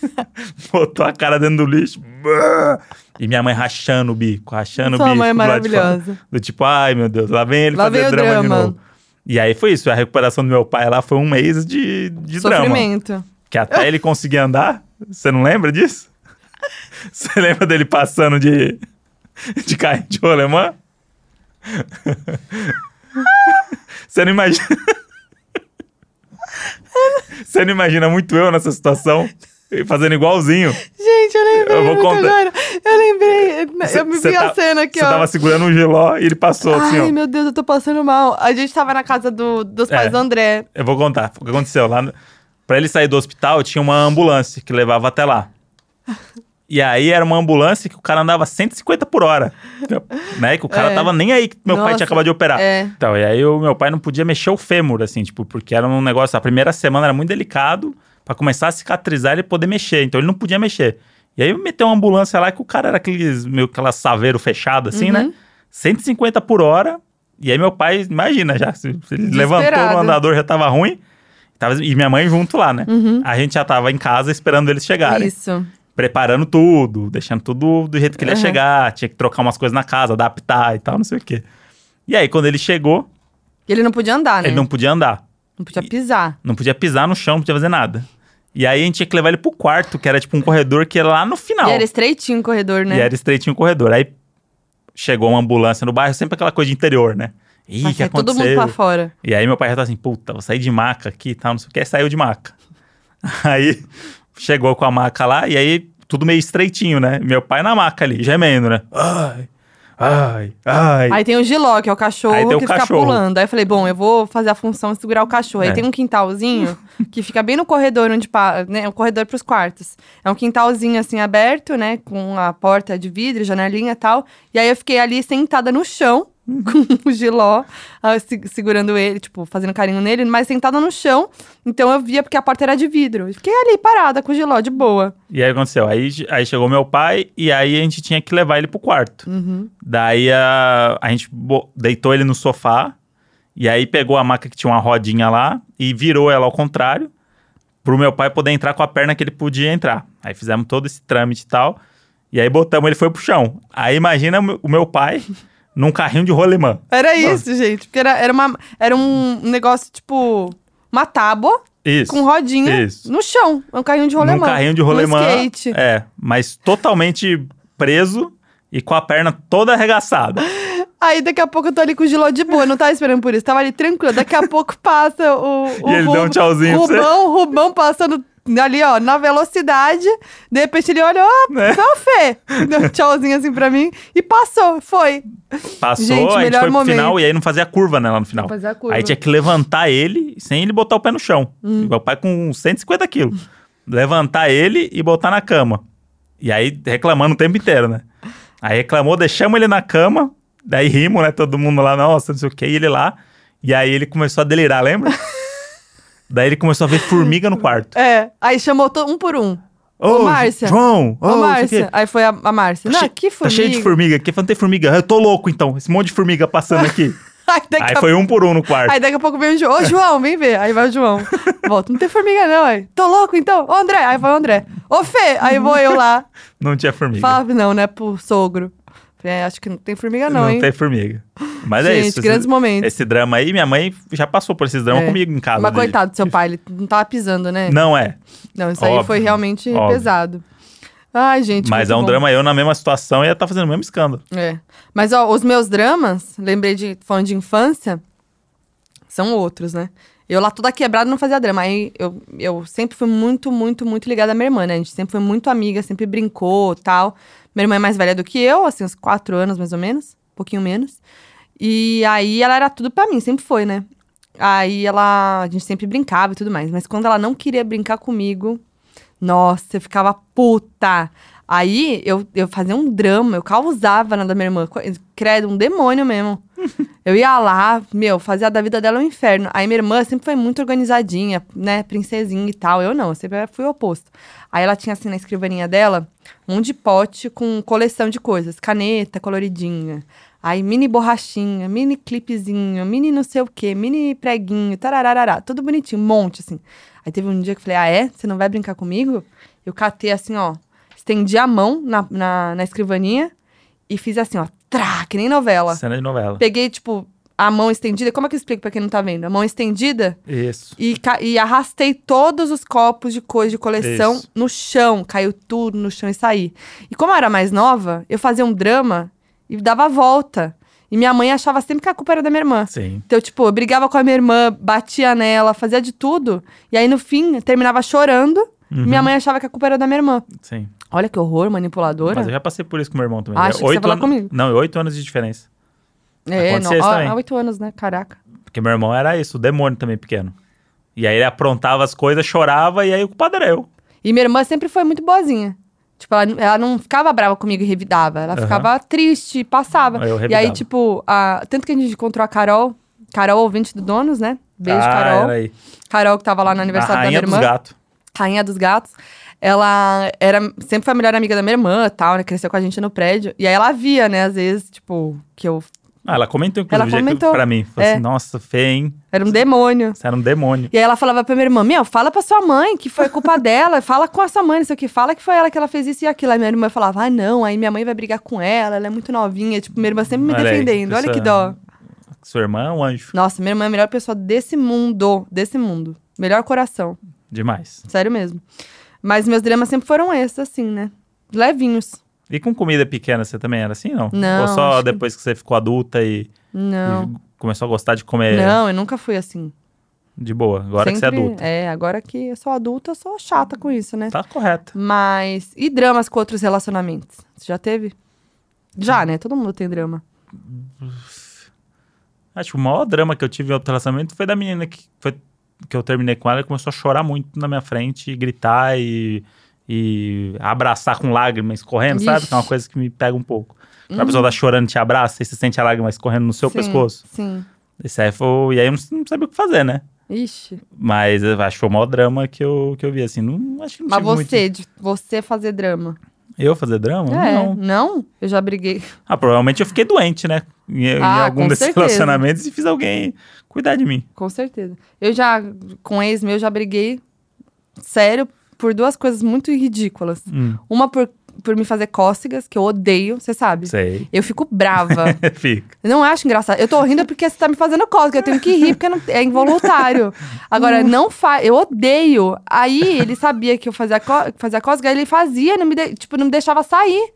B: botou a cara dentro do lixo. Brrr. E minha mãe rachando o bico, rachando
A: Sua
B: o bico.
A: mãe é
B: do lado de fora.
A: maravilhosa.
B: Do tipo, ai meu Deus, lá vem ele
A: Lá
B: fazer
A: vem o
B: drama,
A: drama.
B: de novo. E aí foi isso, a recuperação do meu pai lá foi um mês de, de drama.
A: Sofrimento.
B: Que até ele conseguir andar, você não lembra disso? Você lembra dele passando de, de carrinho de rolemã? Você não imagina. Você não imagina muito eu nessa situação, fazendo igualzinho.
A: Gente, eu lembrei
B: Eu vou
A: muito
B: contar. tá-
A: agora. Eu lembrei. eu me vi a cena aqui,
B: Você
A: ó.
B: tava segurando um geló e ele passou assim, ó.
A: Ai, meu Deus, eu tô passando mal. A gente tava na casa do, dos
B: É.
A: pais do André.
B: Eu vou contar. O que aconteceu lá? no- Pra ele sair do hospital, tinha uma ambulância que levava até lá. E aí era uma ambulância que o cara andava 150 por hora. Né? Que o cara
A: É.
B: tava nem aí que meu pai
A: Nossa,
B: tinha acabado de operar.
A: é.
B: Então, e aí o meu pai não podia mexer o fêmur, assim, tipo, porque era um negócio. A primeira semana era muito delicado pra começar a cicatrizar ele poder mexer. Então ele não podia mexer. E aí meteu uma ambulância lá que o cara era aqueles, meio que aquela saveiro fechado, assim,
A: Uhum.
B: né? 150 por hora. E aí meu pai, imagina já, se se ele levantou
A: Desesperado.
B: no andador, já tava ruim. Tava- e minha mãe junto lá, né? A gente já tava em casa esperando eles chegarem.
A: Uhum. Isso.
B: Preparando tudo, deixando tudo do jeito que ele ia
A: Uhum.
B: chegar. Tinha que trocar umas coisas na casa, adaptar e tal, não sei o quê. E aí, quando ele chegou,
A: E ele não podia andar, né?
B: ele não podia andar.
A: Não podia pisar.
B: Não podia pisar no chão, não podia fazer nada. E aí, a gente tinha que levar ele pro quarto, que era tipo um corredor que era lá no final.
A: E era estreitinho o corredor, né?
B: E era estreitinho o corredor. Aí, chegou uma ambulância no bairro, sempre aquela coisa de interior, né? Ih,
A: Mas
B: que
A: saiu
B: aconteceu?
A: todo mundo pra fora.
B: E aí meu pai já tá assim, puta, vou sair de maca aqui e tal, não sei o que. Aí saiu de maca. Aí chegou com a maca lá e aí tudo meio estreitinho, né? Meu pai na maca ali, gemendo, né? Ai, ai, ai.
A: Aí tem o Giló, que é o cachorro
B: Aí tem o
A: que fica
B: cachorro.
A: pulando. Aí eu falei, bom, eu vou fazer a função de segurar o cachorro.
B: É.
A: Aí tem um quintalzinho que fica bem no corredor onde pa... né, um corredor pros quartos. É um quintalzinho assim aberto, né, com a porta de vidro, janelinha e tal. E aí eu fiquei ali sentada no chão
B: Uhum.
A: com o Giló, ah, se- segurando ele, tipo, fazendo carinho nele, mas sentada no chão. Então eu via porque a porta era de vidro. E Fiquei ali parada com o Giló de boa.
B: E aí aconteceu, aí, aí chegou meu pai e aí a gente tinha que levar ele pro quarto.
A: Uhum.
B: Daí a, a gente bo- deitou ele no sofá e aí pegou a maca que tinha uma rodinha lá e virou ela ao contrário pro meu pai poder entrar com a perna que ele podia entrar. Aí fizemos todo esse trâmite e tal e aí botamos ele foi pro chão. Aí imagina o meu- o meu pai num carrinho de rolemã.
A: Era isso, gente. Porque era, era, uma, era um negócio, tipo, uma tábua
B: Isso.
A: com rodinha
B: Isso.
A: no chão. É um carrinho de
B: num
A: rolemã.
B: carrinho de rolemã.
A: Um skate.
B: É, mas totalmente preso e com a perna toda arregaçada.
A: Aí daqui a pouco eu tô ali com o Giló de boa, não tava esperando por isso. Tava ali tranquilo. Daqui a pouco passa o. o
B: E ele dá um tchauzinho pra você.
A: Rubão, Rubão passando ali, ó, na velocidade. De repente ele olha, ó,
B: Né?
A: só o Fê. Deu um tchauzinho assim pra mim e passou, foi.
B: Passou,
A: Gente,
B: a gente
A: melhor
B: foi pro
A: momento.
B: final e aí não fazia curva, né, lá no final.
A: Não fazia curva. Hum.
B: Aí tinha que levantar ele sem ele botar o pé no chão. Meu pai com 150 quilos. levantar ele e botar na cama. E aí reclamando o tempo inteiro, né? Aí reclamou, deixamos ele na cama, daí rimos, né, todo mundo lá, nossa, não sei o que, e ele lá. E aí ele começou a delirar, lembra? daí ele começou a ver formiga no quarto.
A: É. Aí chamou to- um por um.
B: Ô,
A: Márcia.
B: João! Ô,
A: Ô,
B: não sei o quê.
A: Márcia. Aí foi a, a Márcia.
B: Tá
A: Não,
B: che-
A: que
B: Tá
A: formiga.
B: cheio de formiga aqui, falando tem formiga. Eu tô louco então, esse monte de formiga passando aqui.
A: Aí daqui
B: Aí
A: a
B: foi um por um no quarto.
A: Aí daqui a pouco vem o João. Ô, João, vem ver. Aí vai o João. Volta. Não tem formiga, não. Aí. Tô louco, então. Ô, André. Aí vai o André. Ô, Fê. Aí vou eu lá.
B: Não tinha formiga.
A: Fala, não, né? Pro sogro. Falei, é, acho que não tem formiga, não,
B: não
A: hein?
B: tem formiga. Mas é
A: Gente,
B: isso.
A: grandes
B: esse,
A: momentos.
B: Esse drama aí, minha mãe já passou por esses dramas
A: É.
B: comigo em casa.
A: Mas
B: de-
A: coitado do seu pai, ele não tava pisando, né?
B: Não é.
A: Não, isso aí
B: Óbvio,
A: foi realmente
B: óbvio.
A: pesado. Ai, gente.
B: Mas
A: muito
B: é um
A: bom.
B: drama eu na mesma situação ia estar fazendo o mesmo escândalo.
A: É. Mas, ó, os meus dramas, lembrei de falando de infância, são outros, né? Eu lá toda quebrada não fazia drama. Aí eu, eu sempre fui muito, muito, muito ligada à minha irmã, né? A gente sempre foi muito amiga, sempre brincou tal. Minha irmã é mais velha do que eu, assim, uns quatro anos mais ou menos, um pouquinho menos. E aí ela era tudo pra mim, sempre foi, né? Aí ela. A gente sempre brincava e tudo mais. Mas quando ela não queria brincar comigo, nossa, eu ficava puta. Aí eu, eu fazia um drama, eu causava na da minha irmã. co- Credo, um demônio mesmo. Eu ia lá, meu, fazia da vida dela um inferno. Aí minha irmã sempre foi muito organizadinha, né? Princesinha e tal. Eu não, eu sempre fui o oposto. Aí ela tinha assim na escrivaninha dela um monte de pote com coleção de coisas: caneta coloridinha, aí mini borrachinha, mini clipezinho, mini não sei o quê, mini preguinho, tarararará. Tudo bonitinho, um monte assim. Aí teve um dia que eu falei: Ah, é? Você não vai brincar comigo? Eu catei assim, ó, estendi a mão na, na, na escrivaninha e fiz assim, ó, trá, que nem novela.
B: Cena de novela.
A: Peguei, tipo, a mão estendida. Como é que eu explico pra quem não tá vendo? A mão estendida
B: Isso.
A: e, ca- e arrastei todos os copos de coisa de coleção
B: Isso.
A: no chão. Caiu tudo no chão e saí. E como eu era mais nova, eu fazia um drama e dava a volta. E minha mãe achava sempre que a culpa era da minha irmã.
B: Sim.
A: Então, tipo, eu brigava com a minha irmã, batia nela, fazia de tudo. E aí, no fim, eu terminava chorando.
B: Uhum.
A: E minha mãe achava que a culpa era da minha irmã.
B: Sim.
A: Olha que horror, manipuladora.
B: Mas eu já passei por isso com meu irmão também.
A: Ah, achei que você ia falar
B: anos...
A: comigo.
B: Não, oito anos de diferença.
A: É,
B: Acontecia
A: não.
B: isso
A: Ó,
B: também.
A: Há oito anos, né? Caraca.
B: Porque meu irmão era isso, o demônio também pequeno. E aí ele aprontava as coisas, chorava, e aí o culpado era eu.
A: E minha irmã sempre foi muito boazinha. Tipo, ela, ela não ficava brava comigo e revidava. Ela
B: Aham.
A: ficava triste, passava.
B: Eu
A: e aí,
B: revidava.
A: tipo, a- tanto que a gente encontrou a Carol, Carol, ouvinte do Donos, né? Beijo,
B: ah,
A: Carol.
B: Era aí.
A: Carol, que tava lá no
B: A
A: aniversário da minha
B: rainha dos
A: irmã.
B: gatos.
A: Rainha dos Gatos. Ela era, sempre foi a melhor amiga da minha irmã tal, né? Cresceu com a gente no prédio. E aí ela via, né, às vezes, tipo, que eu
B: Ah, ela comentou, inclusive,
A: Ela
B: já que-
A: comentou.
B: pra mim. Falou
A: É.
B: assim, nossa, feia, hein?
A: era um demônio.
B: Você era um demônio.
A: E aí ela falava pra minha irmã, meu, fala pra sua mãe que foi culpa dela, fala com a sua mãe, isso aqui, fala que foi ela que ela fez isso e aquilo. Aí minha irmã falava, ah, não, aí minha mãe vai brigar com ela, ela é muito novinha. Tipo, minha irmã sempre me
B: Olha aí,
A: defendendo, olha
B: essa-
A: que dó.
B: Sua irmã é um anjo.
A: Nossa, minha irmã é a melhor pessoa desse mundo, desse mundo. Melhor coração,
B: Demais.
A: sério mesmo. Mas meus dramas sempre foram esses, assim, né? Levinhos.
B: E com comida pequena, você também era assim, não?
A: Não,
B: Ou só
A: acho que-
B: depois que... você ficou adulta e, e
A: Não,
B: começou a gostar de comer
A: não, eu nunca fui assim.
B: de boa, É. agora que você é
A: Sempre-
B: adulta?
A: É, agora que eu sou adulta, eu sou chata com isso, né?
B: Tá correto.
A: Mas. E dramas com outros relacionamentos? Você já teve? Já, né? Todo mundo tem drama.
B: Acho que o maior drama que eu tive em outro relacionamento foi da menina que, foi, que eu terminei com ela e começou a chorar muito na minha frente, e gritar e, e abraçar com lágrimas correndo, sabe?
A: Ixi. Uhum.
B: Que é uma coisa que me pega um pouco. Quando a pessoa tá chorando, te abraça e você sente a lágrima escorrendo no seu
A: Sim,
B: pescoço.
A: Sim.
B: Esse aí foi, e aí eu não, não sabia o que fazer, né?
A: Ixi.
B: Mas eu acho que foi o maior drama que eu, que eu vi, assim. Não, acho que não
A: Mas
B: tive muito-
A: você, de você fazer drama.
B: Eu fazer drama?
A: é,
B: Não.
A: não? Eu já briguei.
B: Ah, provavelmente eu fiquei doente, né? Em, em
A: Ah,
B: algum
A: com
B: desses
A: certeza.
B: relacionamentos e fiz alguém cuidar de mim.
A: Com certeza. Eu já, com ex meu, já briguei, sério, por duas coisas muito ridículas.
B: Hum,
A: Uma por, por me fazer cócegas, que eu odeio, você sabe.
B: sei.
A: Eu fico brava.
B: Fica.
A: Eu não acho engraçado. Eu tô rindo porque você tá me fazendo cócega. Eu tenho que rir porque não- é involuntário.
B: Hum.
A: Agora, não faz. Eu odeio. Aí ele sabia que eu fazia, có- fazia cócega, ele fazia, não me, de- tipo, não me deixava sair.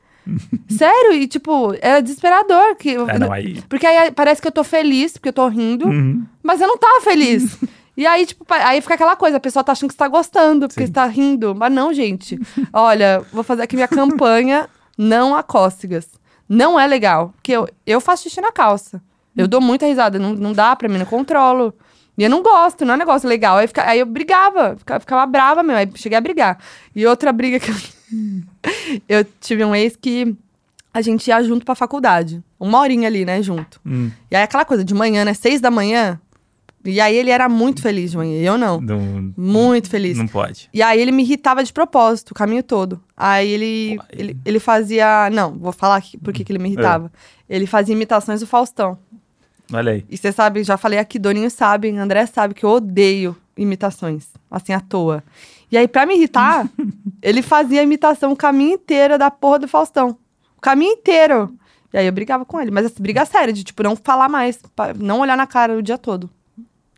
A: Sério, e tipo, era desesperador. Que eu-
B: É, não, aí...
A: Porque aí parece que eu tô feliz, porque eu tô rindo,
B: Uhum.
A: mas eu não tava feliz. E aí, tipo, pa- aí fica aquela coisa, a pessoa tá achando que você tá gostando, porque
B: Sim.
A: você tá rindo. Mas não, gente. Olha, vou fazer aqui minha campanha, não a cócegas. Não é legal. Porque eu, eu faço xixi na calça. Eu dou muita risada, não, não dá pra mim, não controlo. E eu não gosto, não é um negócio legal. Aí, fica- aí eu brigava, ficava, ficava brava mesmo, aí cheguei a brigar. E outra briga que eu eu tive um ex que a gente ia junto pra faculdade. Uma horinha ali, né, junto.
B: Hum.
A: E aí aquela coisa de manhã, né? Seis da manhã. E aí ele era muito feliz de manhã, e eu não.
B: Não,
A: Muito feliz.
B: não pode.
A: E aí ele me irritava de propósito o caminho todo. Aí ele, ele, ele fazia. Não, vou falar aqui
B: Hum.
A: por que que ele me irritava.
B: É.
A: Ele fazia imitações do Faustão.
B: Olha aí.
A: E você sabe, já falei aqui, Doninho sabe, André sabe que eu odeio imitações, assim, à toa. E aí, pra me irritar, ele fazia a imitação o caminho inteiro da porra do Faustão. O caminho inteiro. E aí eu brigava com ele, mas assim, briga séria, de tipo, não falar mais, pa- não olhar na cara o dia todo.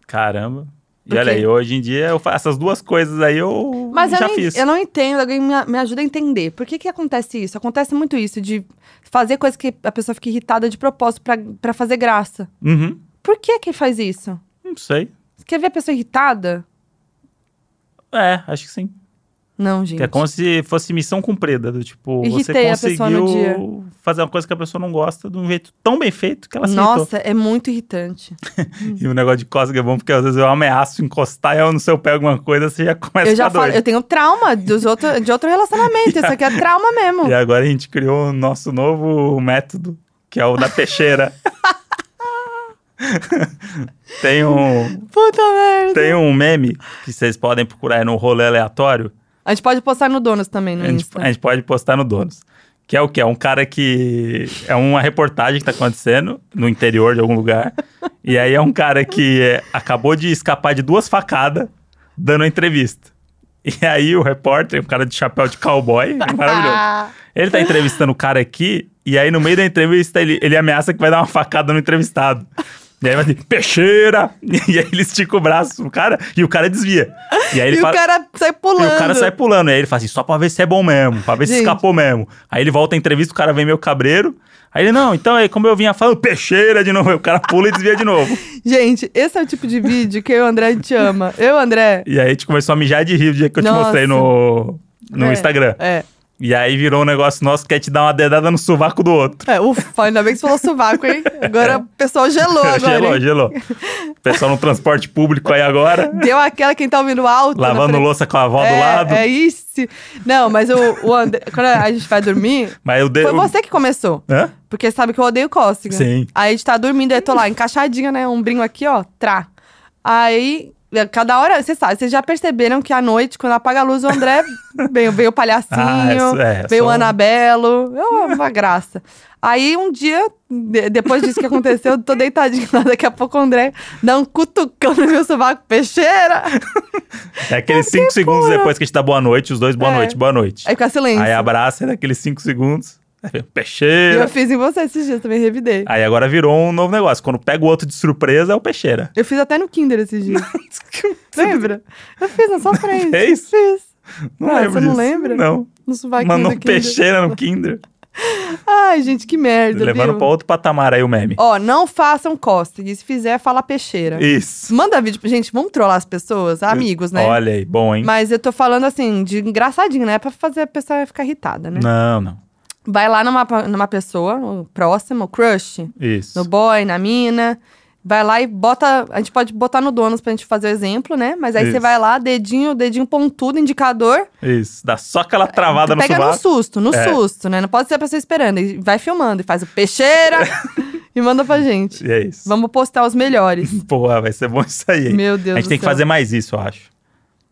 B: Caramba. E
A: Por
B: olha
A: quê?
B: aí, hoje em dia eu faço essas duas coisas aí, eu
A: Mas eu
B: já
A: não, en-
B: fiz.
A: eu não entendo, alguém me, me ajuda a entender. Por que que acontece isso? Acontece muito isso, de fazer coisa que a pessoa fica irritada de propósito pra- pra fazer graça.
B: Uhum.
A: Por que que faz isso?
B: Não sei.
A: Você quer ver a pessoa irritada?
B: É, acho que sim.
A: Não, gente.
B: Que é como se fosse missão cumprida, do tipo,
A: Irritei a
B: você
A: pessoa no
B: conseguiu fazer uma coisa que a pessoa não gosta de um jeito tão bem feito que ela se
A: Nossa, é muito irritante.
B: irritou. E o negócio de cócega é bom, porque às vezes eu ameaço encostar e eu no seu pé alguma coisa, você já começa
A: eu
B: a
A: já
B: ficar
A: falo, eu
B: doido.
A: tenho trauma dos outro, de outro relacionamento. Isso aqui é trauma mesmo.
B: E agora a gente criou o nosso novo método, que é o da peixeira. Tem um,
A: Puta merda.
B: tem um meme que vocês podem procurar no rolê aleatório.
A: A gente pode postar no Donos também, no
B: A gente,
A: Insta.
B: a gente pode É, postar no Donos. Que é o quê? É um cara que. É uma reportagem que tá acontecendo no interior de algum lugar. E aí é um cara que é, acabou de escapar de duas facadas dando uma entrevista. E aí o repórter, um cara de chapéu de cowboy, é maravilhoso. Ele tá entrevistando o cara aqui, e aí no meio da entrevista ele, ele ameaça que vai dar uma facada no entrevistado. E aí vai dizer, peixeira! E aí ele estica o braço pro cara e o cara desvia. E aí ele
A: e
B: fala.
A: o cara sai pulando.
B: E o cara sai pulando. E aí ele fala assim, só pra ver se é bom mesmo, pra ver se
A: Gente.
B: escapou mesmo. Aí ele volta à entrevista, o cara vem meio cabreiro. Aí ele, não, então aí como eu vinha falando, peixeira de novo. Aí o cara pula e desvia de novo.
A: Gente, esse é o tipo de vídeo que eu e o André te ama. Eu, André.
B: E aí a gente começou a mijar de rir do dia que eu te
A: Nossa.
B: mostrei no, no
A: É,
B: Instagram.
A: É.
B: E aí virou um negócio nosso que é te dar uma dedada no sovaco do outro.
A: É, ufa, ainda bem que você falou sovaco, hein? Agora o pessoal gelou agora.
B: É. gelou,
A: hein?
B: gelou. O pessoal no transporte público aí agora,
A: Deu aquela quem tá ouvindo alto. na
B: lavando
A: frente.
B: louça com a avó
A: é,
B: do lado.
A: É isso. Não, mas o, o André, quando a gente vai dormir,
B: Mas eu dei.
A: foi você que começou.
B: Hã?
A: Porque sabe que eu odeio cócega.
B: Sim.
A: Aí a gente tá dormindo, aí eu tô lá, encaixadinha, né? Ombrinho aqui, ó, trá. Aí, é, cada hora, vocês sabem, vocês já perceberam que à noite, quando apaga a luz, o André veio, veio o palhacinho,
B: Ah, isso é,
A: veio o
B: sou-
A: Anabelo. É uma- uma graça. Aí um dia, de- depois disso que aconteceu, eu tô deitadinha lá, daqui a pouco o André dá um cutucão no meu sovaco, peixeira!
B: É aqueles 5 segundos depois que a gente dá boa noite, os dois boa
A: É.
B: noite, boa noite.
A: Aí fica silêncio.
B: Aí abraça daqueles 5 segundos. aí
A: E
B: Peixeira.
A: eu fiz em você esses dias, também revidei.
B: Aí agora virou um novo negócio. Quando pega o outro de surpresa, é o peixeira.
A: Eu fiz até no Kinder esses dias. Lembra? Eu fiz é na sua frente.
B: fez?
A: Fiz.
B: É Não
A: Ah,
B: lembro
A: você não
B: disso.
A: lembra?
B: Não.
A: No sovaquinho
B: Mandou
A: do
B: um
A: Kinder.
B: peixeira no Kinder.
A: Ai, gente, que merda,
B: levando
A: viu?
B: pra outro patamar aí o meme.
A: Ó, não façam cócega. E se fizer, fala peixeira.
B: Isso.
A: Manda vídeo. pra- Gente, vamos trollar as pessoas? Amigos, né?
B: Olha aí, bom, hein?
A: Mas eu tô falando assim, de engraçadinho, né? Pra fazer a pessoa ficar irritada, né?
B: Não, não.
A: Vai lá numa, numa pessoa um próxima, o crush,
B: Isso.
A: no boy, na mina. Vai lá e bota. A gente pode botar no donos pra gente fazer o exemplo, né? Mas aí você
B: Isso.
A: vai lá, dedinho, dedinho pontudo, indicador.
B: Isso. Dá só aquela travada Tá no
A: Pega no
B: sovaco.
A: susto, no
B: É.
A: susto, né? Não pode ser a pessoa esperando. E vai filmando e faz o peixeira e manda pra gente.
B: E é isso.
A: Vamos postar os melhores.
B: Porra, vai ser bom isso aí, hein?
A: Meu Deus
B: A gente
A: do
B: tem que
A: céu.
B: fazer mais isso, eu acho.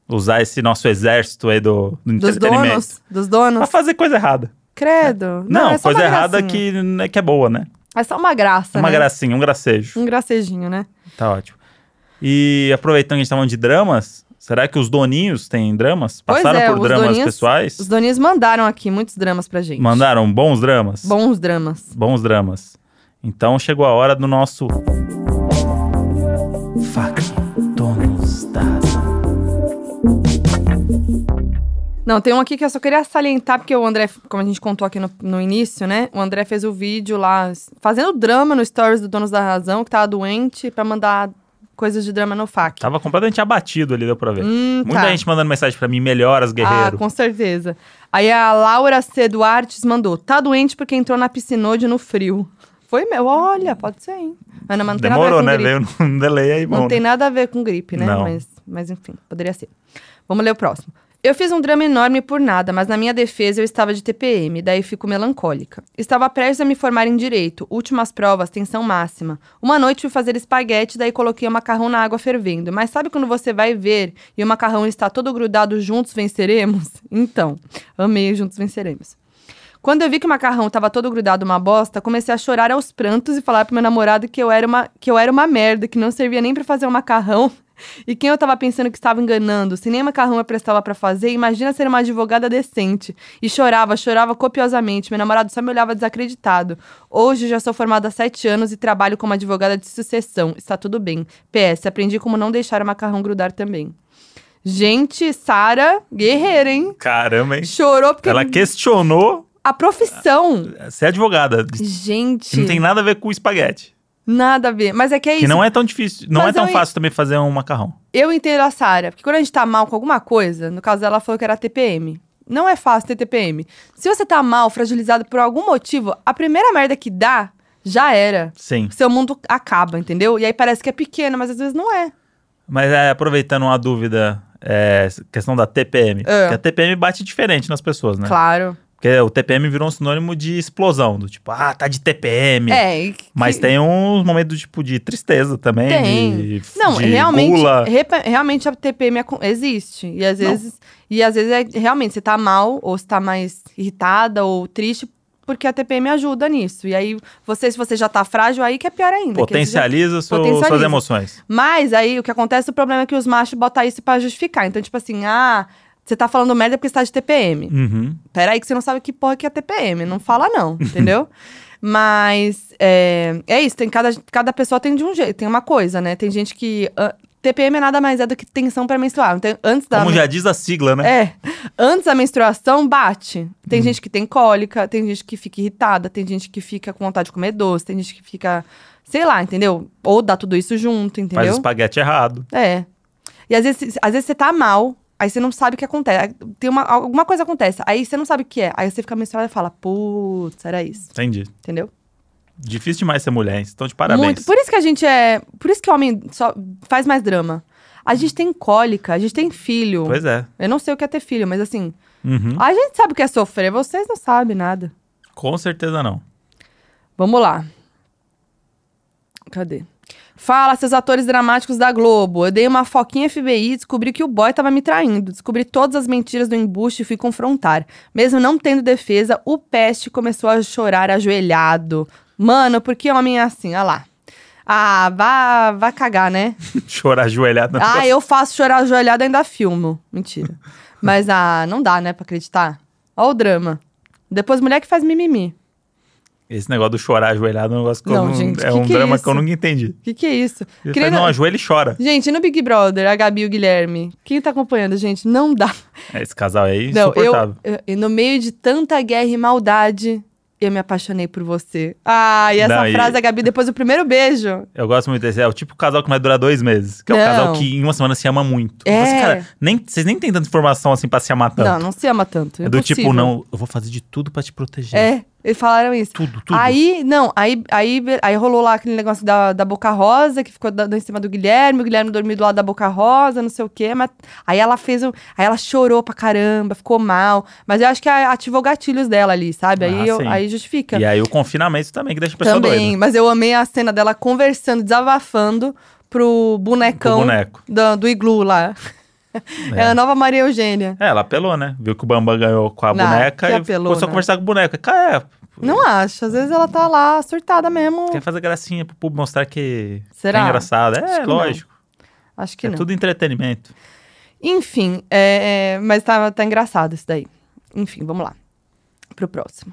B: Usar esse nosso exército aí do, do
A: Dos
B: entretenimento.
A: donos, dos
B: Pra
A: donos.
B: fazer coisa errada.
A: Credo.
B: Não,
A: é só
B: coisa
A: uma
B: errada
A: gracinha.
B: que, né, que é boa, né?
A: É só uma graça,
B: uma
A: né?
B: gracinha, um gracejo.
A: Um gracejinho, né?
B: Tá ótimo. E aproveitando que a gente tá falando de dramas, será que os doninhos têm dramas?
A: Pois
B: Passaram
A: é,
B: por
A: os
B: dramas
A: doninhos-
B: pessoais?
A: Os doninhos mandaram aqui muitos dramas pra gente.
B: Mandaram bons dramas?
A: Bons dramas.
B: Bons dramas. Então chegou a hora do nosso. Fucking Donos da Razão.
A: Não, tem um aqui que eu só queria salientar, porque o André, como a gente contou aqui no, no início, né? O André fez o vídeo lá, s- fazendo drama no Stories do Donos da Razão, que tava doente, pra mandar coisas de drama no FAC.
B: Tava completamente abatido ali, deu pra ver.
A: Hum,
B: Muita
A: tá.
B: gente mandando mensagem pra mim, melhoras,
A: Ah,
B: um guerreiro.
A: com certeza. Aí a Laura C. Duartes mandou: tá doente porque entrou na piscinode no frio. Foi meu, olha, pode ser, hein? Ana, mas não tem nada a
B: Demorou,
A: ver com
B: né?
A: gripe.
B: Veio num delay aí, bom.
A: Não tem nada a ver com gripe, né?
B: Não.
A: Mas, mas enfim, poderia ser. Vamos ler o próximo. Eu fiz um drama enorme por nada, mas na minha defesa eu estava de TPM, daí fico melancólica. Estava prestes a me formar em direito, últimas provas, tensão máxima. Uma noite fui fazer espaguete, daí coloquei o macarrão na água fervendo. Mas sabe quando você vai ver e o macarrão está todo grudado, juntos venceremos? Então, amei, juntos venceremos. Quando eu vi que o macarrão tava todo grudado uma bosta, comecei a chorar aos prantos e falar pro meu namorado que eu era uma, que eu era uma merda, que não servia nem pra fazer um macarrão. E quem eu tava pensando que estava enganando, se nem macarrão eu prestava pra fazer, imagina ser uma advogada decente. E chorava, chorava copiosamente. Meu namorado só me olhava desacreditado. Hoje já sou formada há sete anos e trabalho como advogada de sucessão. Está tudo bem. PS, aprendi como não deixar o macarrão grudar também. Gente, Sara, guerreira, hein?
B: Caramba, hein?
A: Chorou porque
B: Ela questionou é,
A: a profissão.
B: ser advogada. Isso
A: Gente,
B: Ah, Não tem nada a ver com espaguete.
A: nada a ver. Mas é que é
B: Que
A: isso.
B: não é tão difícil, não
A: Mas
B: é tão
A: eu-
B: fácil também fazer um macarrão.
A: Eu entendo a Sara, porque quando a gente tá mal com alguma coisa, no caso dela ela falou que era TPM. Não é fácil ter TPM. Se você tá mal, fragilizado por algum motivo, a primeira merda que dá já era.
B: Sim.
A: Seu mundo acaba, entendeu? E aí parece que é pequeno, mas às vezes não é.
B: Mas é, aproveitando uma dúvida, é, questão da TPM.
A: É.
B: Porque a TPM bate diferente nas pessoas, né?
A: Claro.
B: Porque o TPM virou um sinônimo de explosão, do tipo, ah, tá de TPM.
A: É, e que-
B: Mas tem uns momentos, tipo, de tristeza também,
A: Tem.
B: de,
A: Não,
B: de
A: realmente,
B: gula.
A: repa- realmente a TPM acon- existe. E às
B: Não.
A: vezes, e às vezes é, realmente você tá mal, ou você tá mais irritada, ou triste, porque a TPM ajuda nisso. E aí, você, se você já tá frágil, aí que é pior ainda. que aí você já-
B: Potencializa, seu-
A: potencializa.
B: suas emoções.
A: Mas aí, o que acontece, o problema é que os machos botam isso pra justificar. Então, tipo assim, ah, você tá falando merda porque você tá de TPM.
B: Uhum.
A: Peraí, que você não sabe que porra que é TPM. Não fala, não, entendeu? Mas é, é isso, tem cada, cada pessoa tem de um jeito, tem uma coisa, né? Tem gente que. ah, TPM é nada mais é do que tensão pré-menstrual. Então, antes da.
B: Como já é, diz a sigla, né?
A: É. Antes da menstruação, bate. Tem
B: Uhum.
A: gente que tem cólica, tem gente que fica irritada, tem gente que fica com vontade de comer doce, tem gente que fica. Sei lá, entendeu? Ou dá tudo isso junto, entendeu?
B: Faz o espaguete errado.
A: É. E às vezes, às vezes você tá mal, aí você não sabe o que acontece. Aí Tem uma, alguma coisa acontece, aí você não sabe o que é. Aí você fica menstruada e fala, putz, era isso.
B: Entendi.
A: Entendeu?
B: Difícil demais ser mulher, hein? Então, de parabéns.
A: Muito. Por isso que a gente é. Por isso que o homem só faz mais drama. A gente tem cólica, a gente tem filho.
B: Pois é.
A: Eu não sei o que é ter filho, mas assim,
B: Uhum.
A: a gente sabe o que é sofrer, vocês não sabem nada.
B: Com certeza não.
A: Vamos lá. Cadê? Fala, seus atores dramáticos da Globo. Eu dei uma foquinha FBI e descobri que o boy tava me traindo. Descobri todas as mentiras do embuste e fui confrontar. Mesmo não tendo defesa, o peste começou a chorar ajoelhado. Mano, por que homem é assim? Olha lá. Ah, vá, vá cagar, né?
B: Chorar ajoelhado. na
A: Ah, eu faço chorar ajoelhado e ainda filmo. Mentira. Mas ah, não dá, né, pra acreditar. Olha o drama. Depois mulher que faz mimimi.
B: Esse negócio do chorar ajoelhado é um negócio que
A: Não,
B: eu não,
A: gente,
B: é
A: que
B: um
A: que é
B: drama
A: isso?
B: que eu nunca entendi.
A: O que, que é isso?
B: Ele
A: Querendo-
B: faz, não, ajoelha e chora.
A: Gente, e no Big Brother, a Gabi e o Guilherme, quem tá acompanhando, gente, não dá.
B: É, Esse casal aí é
A: Não, eu,
B: insuportável.
A: eu- no meio de tanta guerra e maldade, eu me apaixonei por você. Ah, e essa
B: Não, e-
A: frase da Gabi depois do primeiro beijo.
B: Eu... gosto muito desse. É o tipo de casal que não vai durar dois meses. Que é o
A: Não.
B: casal que em uma semana se ama muito.
A: É.
B: Mas, cara, nem, vocês nem têm tanta informação assim pra se amar tanto.
A: Não, não se ama tanto.
B: é do
A: impossível.
B: tipo, não, eu vou fazer de tudo pra te proteger.
A: É, eles falaram isso.
B: Né? Tudo, tudo.
A: Aí, não, aí, aí, aí rolou lá aquele negócio da, da Boca Rosa, que ficou dando em cima do Guilherme, o Guilherme dormiu do lado da Boca Rosa, não sei o quê, mas aí ela fez um, aí ela chorou pra caramba, ficou mal, mas eu acho que a- ativou gatilhos dela ali, sabe? Aí,
B: Ah,
A: eu-
B: sim.
A: aí justifica.
B: E aí o confinamento também, que deixa a pessoa
A: Também,
B: doida.
A: mas eu amei a cena dela conversando, desabafando pro bonecão
B: Pro boneco.
A: da- do, iglu lá. É. a nova Maria Eugênia.
B: É, ela apelou, né? Viu que o Bambam ganhou com a
A: Não,
B: boneca
A: que
B: e
A: apelou,
B: começou
A: né?
B: a conversar com o boneco. Cara, é,
A: Não acho, às vezes ela tá lá surtada mesmo.
B: quer fazer gracinha pro público mostrar que
A: Será?
B: é engraçado.
A: Acho
B: É,
A: que não.
B: lógico.
A: Acho que
B: É
A: não.
B: tudo entretenimento.
A: Enfim, é, é, mas tá, tá engraçado isso daí. Enfim, vamos lá. Pro próximo.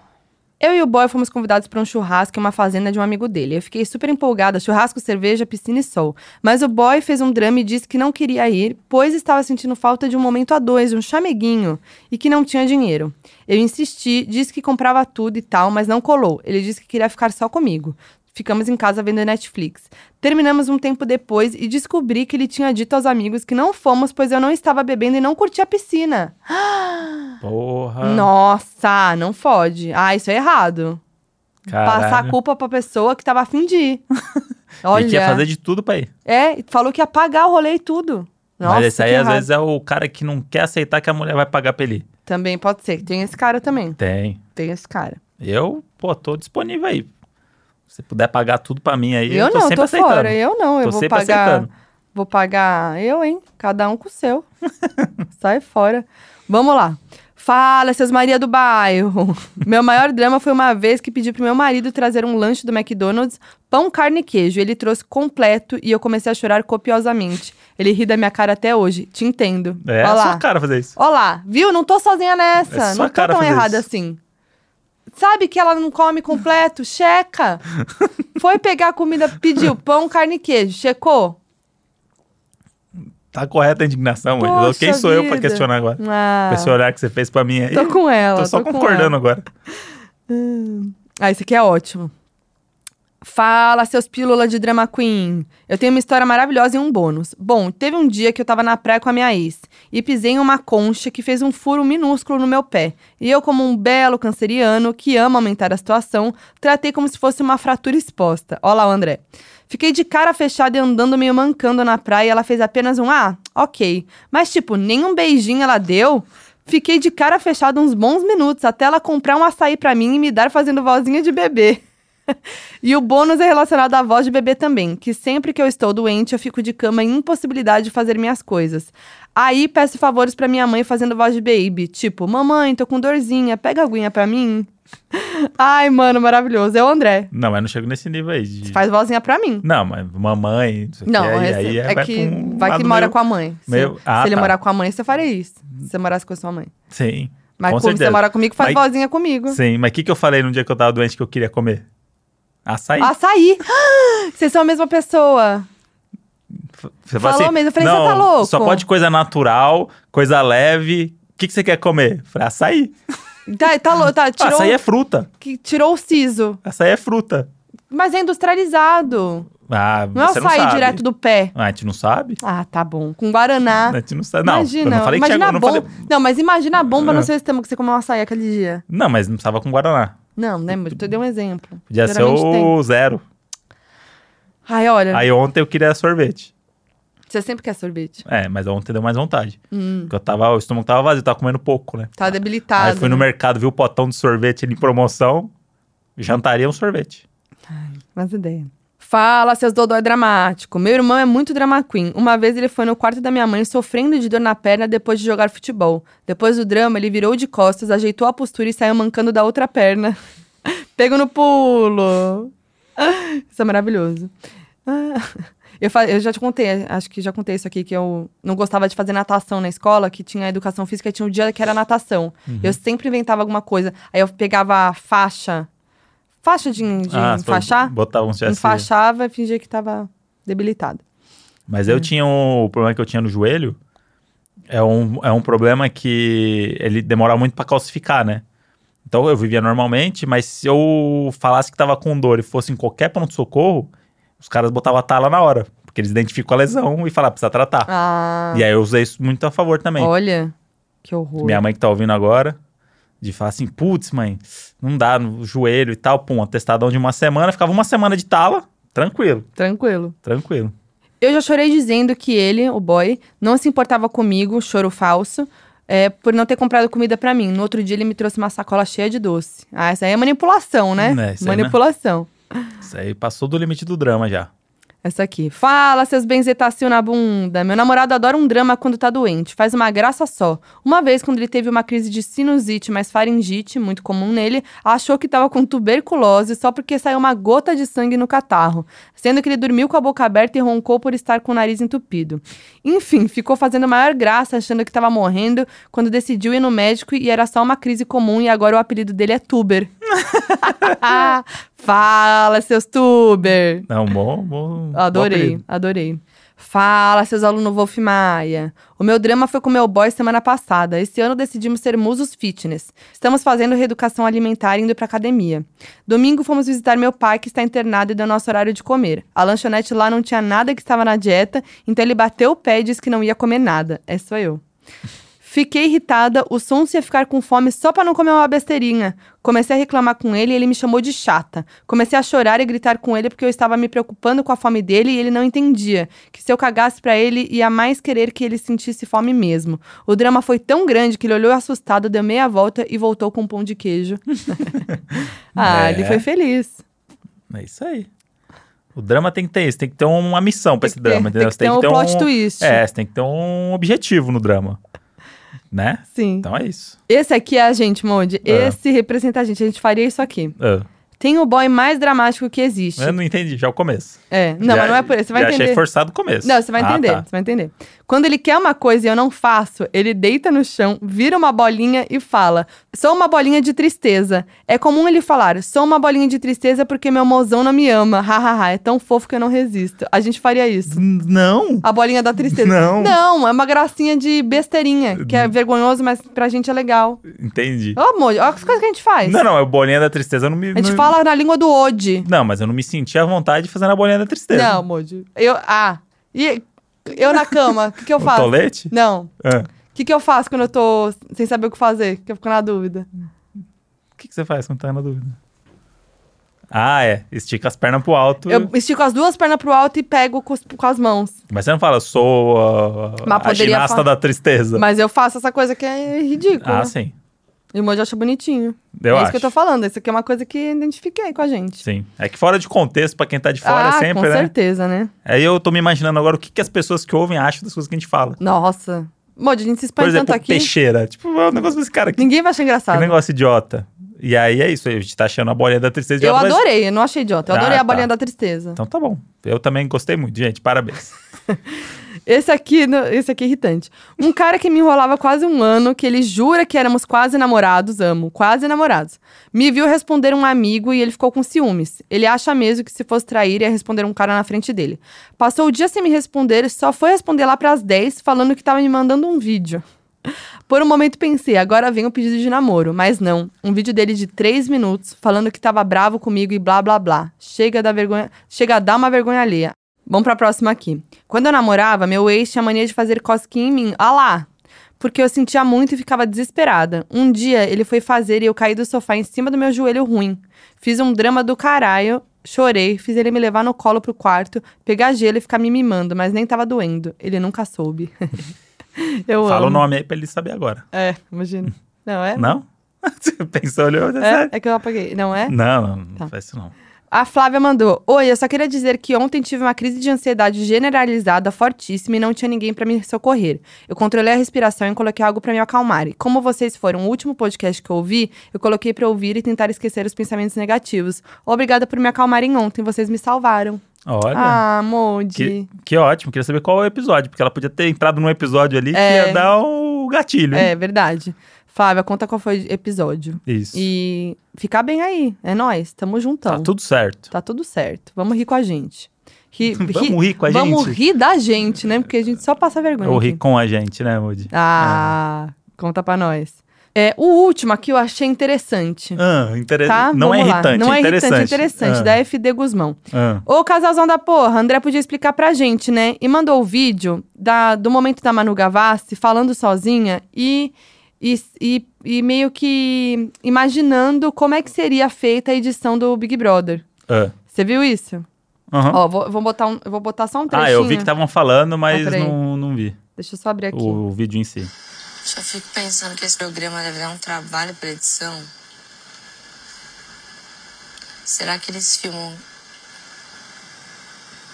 A: Eu e o boy fomos convidados para um churrasco em uma fazenda de um amigo dele. Eu fiquei super empolgada, churrasco, cerveja, piscina e sol. Mas o boy fez um drama e disse que não queria ir, pois estava sentindo falta de um momento a dois, um chameguinho, e que não tinha dinheiro. Eu insisti, disse que comprava tudo e tal, mas não colou. Ele disse que queria ficar só comigo. Ficamos em casa vendo Netflix. Terminamos um tempo depois e descobri que ele tinha dito aos amigos que não fomos, pois eu não estava bebendo e não curti a piscina.
B: Porra.
A: Nossa, não fode. Ah, isso é errado.
B: caralho.
A: Passar a culpa pra pessoa que tava afim de ir. Olha.
B: Ele quer fazer de tudo pra ir.
A: É, falou que ia pagar o rolê e tudo. Nossa,
B: Mas esse aí,
A: que
B: às
A: errado.
B: vezes, é o cara que não quer aceitar que a mulher vai pagar pra ele. ir.
A: Também pode ser. Tem esse cara também.
B: Tem.
A: Tem esse cara.
B: Eu, pô, tô disponível aí. Se puder pagar tudo pra mim aí,
A: eu
B: eu tô
A: não,
B: sempre
A: tô
B: aceitando.
A: fora. Eu não, eu
B: Tô
A: vou
B: sempre
A: pagar.
B: aceitando.
A: Vou pagar eu, hein? Cada um com o seu. Sai fora. Vamos lá. Fala, seus Maria do bairro. Meu maior drama foi uma vez que pedi pro meu marido trazer um lanche do McDonald's, pão, carne e queijo. Ele trouxe completo e eu comecei a chorar copiosamente. Ele ri da minha cara até hoje. Te entendo.
B: É, é
A: Olha lá.
B: sua cara fazer isso.
A: Olá, viu? Não tô sozinha
B: É
A: nessa.
B: sua
A: não tô
B: cara
A: tão
B: fazer
A: errada
B: isso.
A: assim. Sabe que ela não come completo? Checa. Foi pegar a comida, pediu pão, carne e queijo. Checou?
B: Tá correta a indignação, mãe. Eu- Quem
A: Poxa
B: sou eu pra
A: vida.
B: questionar agora?
A: Ah,
B: Com esse olhar que você fez pra mim aí.
A: tô com ela.
B: Tô só
A: com
B: concordando agora.
A: Ah, esse aqui é ótimo. Fala, seus pílula de drama queen. Eu tenho uma história maravilhosa e um bônus. Bom, teve um dia que eu tava na praia com a minha ex e pisei em uma concha que fez um furo minúsculo no meu pé. E eu, como um belo canceriano que ama aumentar a situação, tratei como se fosse uma fratura exposta. Olha lá o André. Fiquei de cara fechada e andando meio mancando na praia. Ela fez apenas um ah, ok. Mas, tipo, nem um beijinho ela deu. Fiquei de cara fechada uns bons minutos até ela comprar um açaí pra mim e me dar fazendo vozinha de bebê. e o bônus é relacionado à voz de bebê também, que sempre que eu estou doente eu fico de cama em impossibilidade de fazer minhas coisas. Aí peço favores pra minha mãe fazendo voz de baby, tipo: "Mamãe, tô com dorzinha, pega a aguinha pra mim". Ai, mano, maravilhoso. É o André.
B: Não, mas não chego nesse nível aí. de-
A: Faz vozinha pra mim.
B: Não, mas mamãe, isso aqui,
A: Não,
B: aí,
A: esse-
B: aí
A: é,
B: vai
A: que
B: pra um
A: vai que
B: lado
A: mora
B: meio-
A: com a mãe. Se,
B: meio- Ah,
A: se ele
B: tá.
A: morar com a mãe, você faria isso. Se você morasse com a sua mãe.
B: Sim.
A: Mas
B: com
A: como você
B: certeza.
A: mora comigo, faz
B: Mas-
A: vozinha comigo.
B: Sim, mas o que, que eu falei no dia que eu tava doente que eu queria comer? Açaí.
A: Açaí! Vocês são a mesma pessoa.
B: Você assim,
A: Falou mesmo, eu falei,
B: não,
A: "Você tá louco?"
B: Só pode coisa natural, coisa leve. O que, que você quer comer? Eu Falei, açaí.
A: Tá, tá, lou- tá
B: Ah,
A: tirou,
B: Açaí é fruta.
A: que, tirou o siso.
B: Açaí é fruta.
A: Mas é industrializado.
B: Ah,
A: Não é
B: você não
A: açaí
B: sabe.
A: direto do pé.
B: Ah, a gente não sabe?
A: Ah, tá bom. Com guaraná.
B: A gente não sabe. Não,
A: imagina,
B: eu não falei que
A: imagina
B: tinha,
A: a
B: eu não
A: bomba.
B: falei-
A: Não, mas imagina a bomba no
B: Ah.
A: seu estômago que você comeu um açaí aquele dia.
B: Não, mas não precisava com Guaraná.
A: Não, né? amor? Tu deu um exemplo.
B: Podia ser
A: Geralmente
B: o
A: tem. É.
B: zero.
A: Ai, olha,
B: Aí ontem eu queria sorvete.
A: você sempre quer sorvete.
B: É, mas ontem deu mais vontade.
A: Hum.
B: Porque eu tava, o estômago tava vazio, eu tava comendo pouco, né?
A: Tá debilitado.
B: Aí fui no
A: né?
B: mercado, vi o potão de sorvete ali em promoção, jantaria um sorvete.
A: Mas ideia. Fala, seus dodói dramático. Meu irmão é muito drama queen. Uma vez ele foi no quarto da minha mãe sofrendo de dor na perna depois de jogar futebol. Depois do drama, ele virou de costas, ajeitou a postura e saiu mancando da outra perna. Pego no pulo. Isso é maravilhoso. Ah, Eu, fa- eu já te contei, acho que já contei isso aqui, que eu não gostava de fazer natação na escola, que tinha educação física e tinha um dia que era natação. Eu sempre inventava alguma coisa. Aí eu pegava a faixa. Faixa de, de Ah,
B: Ah, você
A: enfaixar?
B: Botava um chassi.
A: enfaixava e fingia que tava debilitada.
B: Mas
A: Hum.
B: eu tinha um. O problema que eu tinha no joelho é um, é um problema que ele demora muito pra calcificar, né? Então eu vivia normalmente, mas se eu falasse que tava com dor e fosse em qualquer pronto-socorro, os caras botavam a tala na hora. Porque eles identificam a lesão e falam, "Ah, precisa tratar.
A: Ah,
B: E aí eu usei isso muito a favor também.
A: olha, que horror.
B: Minha mãe que tá ouvindo agora, de falar assim, putz, mãe, não dá no joelho e tal, pum, atestadão de uma semana, ficava uma semana de tala, tranquilo,
A: Tranquilo.
B: tranquilo.
A: Eu já chorei dizendo que ele, o boy, não se importava comigo, choro falso, é, por não ter comprado comida pra mim. No outro dia ele me trouxe uma sacola cheia de doce. Ah, essa aí é manipulação, né?
B: É, isso aí, né?
A: manipulação.
B: Isso aí passou do limite do drama já.
A: Essa aqui. Fala, seus benzetacil na bunda. Meu namorado adora um drama quando tá doente. Faz uma graça só. Uma vez, quando ele teve uma crise de sinusite, mas faringite, muito comum nele, achou que tava com tuberculose só porque saiu uma gota de sangue no catarro. Sendo que ele dormiu com a boca aberta e roncou por estar com o nariz entupido. Enfim, ficou fazendo a maior graça, achando que tava morrendo, quando decidiu ir no médico e era só uma crise comum e agora o apelido dele é Tuber. Fala, seus Tuber!
B: Não, bom, bom. bom
A: Adorei,
B: apelido.
A: adorei. Fala, seus alunos Wolf Maia. O meu drama foi com meu boy semana passada. Esse ano decidimos ser musos fitness. Estamos fazendo reeducação alimentar e indo pra academia. Domingo fomos visitar meu pai, que está internado e deu nosso horário de comer. A lanchonete lá não tinha nada que estava na dieta, então ele bateu o pé e disse que não ia comer nada. É só eu. Fiquei irritada, o Sons ia ficar com fome só pra não comer uma besteirinha. Comecei a reclamar com ele e ele me chamou de chata. Comecei a chorar e gritar com ele porque eu estava me preocupando com a fome dele e ele não entendia. Que se eu cagasse pra ele, ia mais querer que ele sentisse fome mesmo. O drama foi tão grande que ele olhou assustado, deu meia volta e voltou com um pão de queijo. ah,
B: É.
A: ele foi feliz.
B: É isso aí. O drama tem que ter isso, tem que ter uma missão pra
A: Tem
B: esse
A: que ter-
B: drama, entendeu?
A: tem que ter um plot twist.
B: É, você tem que ter um objetivo no drama, né?
A: Sim.
B: Então é isso.
A: Esse aqui é a gente, Monde.
B: É.
A: Esse representa a gente. A gente faria isso aqui.
B: Ah,
A: Tem o boy mais dramático que existe.
B: eu não entendi, já é o começo.
A: É, não,
B: Já-
A: mas não é por isso. Você vai
B: já
A: entender.
B: achei forçado o começo.
A: Não, você vai
B: Ah,
A: entender.
B: tá.
A: Você vai entender. Quando ele quer uma coisa e eu não faço, ele deita no chão, vira uma bolinha e fala: Sou uma bolinha de tristeza. É comum ele falar: Sou uma bolinha de tristeza porque meu mozão não me ama. Hahaha, é tão fofo que eu não resisto. A gente faria isso.
B: Não!
A: A bolinha da tristeza.
B: Não.
A: Não, é uma gracinha de besteirinha, que é vergonhoso, mas pra gente é legal.
B: Entendi.
A: Ô, amor, olha as coisas que a gente faz.
B: Não, não, é o bolinha da tristeza eu não me.
A: A gente
B: não-
A: fala na língua do Ode.
B: Não, mas eu não me senti à vontade fazendo a bolinha da tristeza.
A: Não, Moji. Eu. Ah. E eu na cama, o que, que eu
B: O
A: faço?
B: tolete?
A: Não.
B: Ah,
A: O que, que eu faço quando eu tô sem saber o que fazer? Que eu fico na dúvida.
B: O que, que você faz quando tá na dúvida? Ah, é. Estica as pernas pro alto.
A: Eu estico as duas pernas pro alto e pego com, os- com as mãos.
B: Mas você não fala, sou ah,
A: Mas
B: a
A: poderia
B: ginasta
A: falar.
B: da tristeza.
A: Mas eu faço essa coisa que é ridícula.
B: Ah, sim.
A: E o Mojo acha bonitinho.
B: Eu
A: é
B: acho.
A: isso que eu tô falando. Isso aqui é uma coisa que identifiquei com a gente.
B: Sim. É que fora de contexto, pra quem tá de fora,
A: ah,
B: é sempre,
A: com
B: né?
A: certeza, né?
B: Aí eu tô me imaginando agora o que, que as pessoas que ouvem acham das coisas que a gente fala.
A: Nossa. Mojo, a gente se
B: Por
A: expande tanto
B: exemplo,
A: aqui.
B: peixeira. Tipo, é um negócio desse cara. Que,
A: Ninguém vai achar
B: que
A: engraçado.
B: negócio idiota. E aí é isso. A gente tá achando a bolinha da tristeza
A: Eu
B: idiota, mas-
A: adorei, eu não achei idiota. Eu
B: Ah,
A: adorei
B: tá.
A: a bolinha da tristeza.
B: Então tá bom. Eu também gostei muito, gente. Parabéns.
A: Esse aqui, no- esse aqui é irritante. Um cara que me enrolava quase um ano, que ele jura que éramos quase namorados, amo, quase namorados. Me viu responder um amigo e ele ficou com ciúmes. Ele acha mesmo que se fosse trair ia responder um cara na frente dele. Passou o dia sem me responder, só foi responder lá pras 10, falando que tava me mandando um vídeo. Por um momento pensei, agora vem o pedido de namoro, mas não. Um vídeo dele de três minutos, falando que tava bravo comigo e blá blá blá. Chega da vergonha, chega a dar uma vergonha alheia. Vamos pra próxima aqui. Quando eu namorava, meu ex tinha mania de fazer cosquinha em mim. Ah lá! Porque eu sentia muito e ficava desesperada. Um dia ele foi fazer e eu caí do sofá em cima do meu joelho ruim. Fiz um drama do caralho, chorei, fiz ele me levar no colo pro quarto, pegar gelo e ficar me mimando, mas nem tava doendo. Ele nunca soube. eu amo.
B: Fala o nome aí pra ele saber agora.
A: É, imagina. Não é?
B: Não? Você pensou, olhou, é sério?
A: É, é que eu apaguei, não é?
B: Não, não, não
A: Tá.
B: faz isso não.
A: A Flávia mandou: Oi, eu só queria dizer que ontem tive uma crise de ansiedade generalizada, fortíssima, e não tinha ninguém pra me socorrer. Eu controlei a respiração e coloquei algo pra me acalmar. E como vocês foram o último podcast que eu ouvi, eu coloquei pra ouvir e tentar esquecer os pensamentos negativos. Obrigada por me acalmarem ontem, vocês me salvaram.
B: Olha,
A: Ah, Moody.
B: que, que ótimo. Queria saber qual é o episódio, porque ela podia ter entrado num episódio ali que
A: É.
B: ia dar o gatilho. hein?
A: É verdade. Flávia, conta qual foi o episódio.
B: Isso.
A: É. E ficar bem aí. É nóis. Tamo juntão.
B: Tá tudo certo.
A: Tá tudo certo. Vamos rir com a gente. Ri,
B: Vamos rir com a
A: Tá Vamos
B: gente?
A: rir da gente, né? Porque a gente só passa vergonha.
B: Ou
A: aqui.
B: rir com a gente, né, Moody?
A: Ah, conta pra nós. É, o último aqui eu achei interessante.
B: Ah, interessa-
A: Tá?
B: Não
A: Vamos
B: é
A: lá.
B: irritante,
A: Não é
B: interessante.
A: irritante, é interessante.
B: Ah,
A: Da FD Guzmão.
B: ah.
A: Ô, casalzão da porra, André podia explicar pra gente, né? E mandou o vídeo da, do momento da Manu Gavassi falando sozinha e, e, e, e meio que imaginando como é que seria feita a edição do Big Brother.
B: Ah,
A: Você viu isso?
B: aham.
A: Ó, vou, vou botar um- eu vou botar só um trechinho.
B: Ah, eu vi que estavam falando, mas
A: Ah, peraí.
B: não, não vi
A: Deixa eu só abrir aqui.
B: o, o vídeo em si.
E: Só fico pensando que esse programa deve dar um trabalho pra edição. Será que eles filmam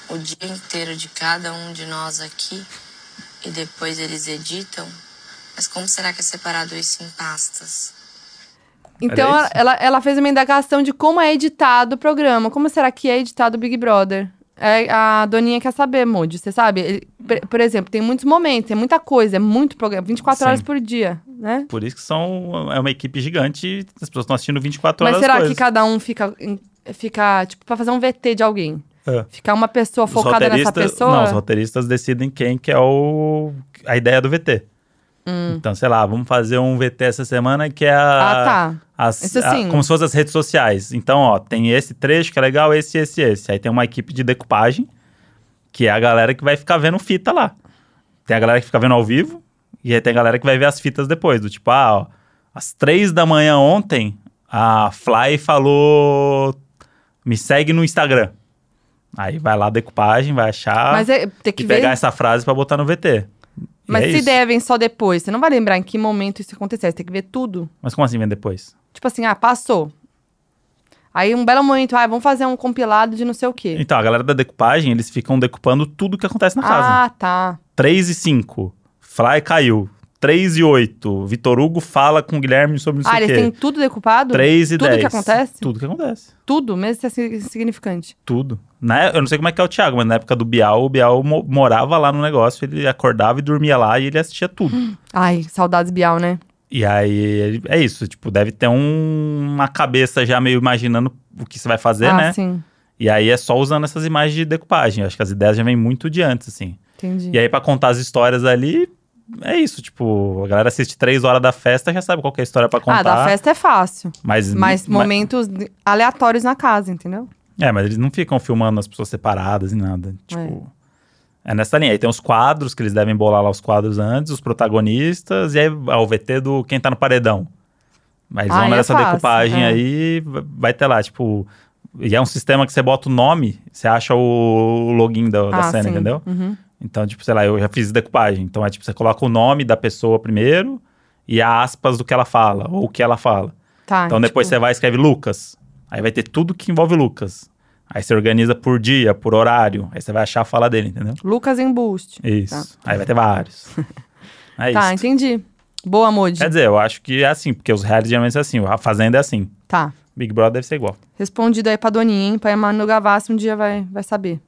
E: o dia inteiro de cada um de nós aqui e depois eles editam? Mas como será que é separado isso em pastas?
A: Então,
B: Era
A: ela,
B: isso?
A: ela, ela fez uma indagação de como é editado o programa. Como será que é editado o Big Brother? É, a Doninha quer saber, Moody. Você sabe? Ele- por, por exemplo, tem muitos momentos, é muita coisa, é muito programa. 24 horas
B: Sim.
A: por dia, né?
B: Por isso que são, é uma equipe gigante e as pessoas estão assistindo 24
A: Mas
B: horas
A: será
B: as coisas.
A: que cada um fica, em- fica, tipo, pra fazer um VT de alguém?
B: É.
A: Ficar uma pessoa
B: Os
A: focada é nessa
B: roteiristas-
A: pessoa?
B: Não, os roteiristas decidem quem que é o, a ideia do VT. Então, sei lá, vamos fazer um VT essa semana que é a...
A: Hum. ah, tá.
B: as-
A: Isso
B: a-
A: sim.
B: como se fossem as redes sociais. Então, ó, tem esse trecho que é legal, esse, esse, esse. Aí tem uma equipe de decupagem, que é a galera que vai ficar vendo fita lá. Tem a galera que fica vendo ao vivo, e aí tem a galera que vai ver as fitas depois. Do tipo, ah, ó, às três da manhã ontem, a Fly falou: me segue no Instagram. Aí vai lá a decupagem, vai achar
A: Mas é, tem que
B: e
A: ver.
B: ah, pegar essa frase pra botar no VT. E
A: Mas
B: é
A: se
B: isso.
A: devem só depois, você não vai lembrar em que momento isso aconteceu. Você tem que ver tudo.
B: Mas como assim vem depois?
A: Tipo assim, ah, passou. Aí um belo momento, ah, vamos fazer um compilado de não sei o quê.
B: Então, a galera da decupagem, eles ficam decupando tudo que acontece na casa.
A: Ah, tá.
B: 3 e 5. Fly caiu. 3 e 8. Vitor Hugo fala com o Guilherme sobre não
A: Ah,
B: sei o
A: eles
B: quê.
A: têm tudo decupado?
B: 3 e
A: tudo
B: 10.
A: que acontece?
B: Tudo que acontece.
A: Tudo, mesmo se é sig- significante.
B: Tudo. Na, eu não sei como é que é o Thiago, mas na época do Bial, o Bial mo- morava lá no negócio, ele acordava e dormia lá e ele assistia tudo.
A: Hum. Ai, saudades Bial, né?
B: E aí, ele- é isso, tipo, deve ter um- uma cabeça já meio imaginando o que você vai fazer,
A: ah,
B: né?
A: sim.
B: E aí é só usando essas imagens de decupagem. Acho que as ideias já vêm muito de antes, assim.
A: Entendi.
B: E aí, pra contar as histórias ali, é isso. Tipo, a galera assiste três horas da festa, já sabe qual que é a história pra contar.
A: Ah, da festa é fácil.
B: Mas,
A: Mas
B: ma-
A: momentos aleatórios na casa, entendeu?
B: É, mas eles não ficam filmando as pessoas separadas e nada. Tipo. É. nessa linha. Aí tem os quadros, que eles devem bolar lá os quadros antes, os protagonistas, e aí ah, o VT do quem tá no paredão. Mas
A: Ah,
B: vão
A: aí é
B: nessa
A: fácil,
B: decupagem
A: é.
B: aí, vai ter lá, tipo, E é um sistema que você bota o nome, você acha o login da, da
A: Ah,
B: cena,
A: sim.
B: entendeu?
A: Uhum.
B: Então, tipo, sei lá, eu já fiz decupagem. Então, é tipo, você coloca o nome da pessoa primeiro e aspas do que ela fala, ou o que ela fala.
A: Tá.
B: Então, depois
A: tipo,
B: você vai e escreve Lucas. Aí vai ter tudo que envolve Lucas. Aí você organiza por dia, por horário. Aí você vai achar a fala dele, entendeu?
A: Lucas em boost.
B: Isso. Aí vai ter vários. É
A: tá,
B: isso.
A: entendi. Boa, Moody.
B: Quer dizer, eu acho que é assim, porque os reais geralmente são assim. A Fazenda é assim.
A: Tá.
B: Big Brother deve ser igual.
A: Respondido aí pra Doninha, hein? Pra Emmanuel Gavassi um dia vai, vai saber.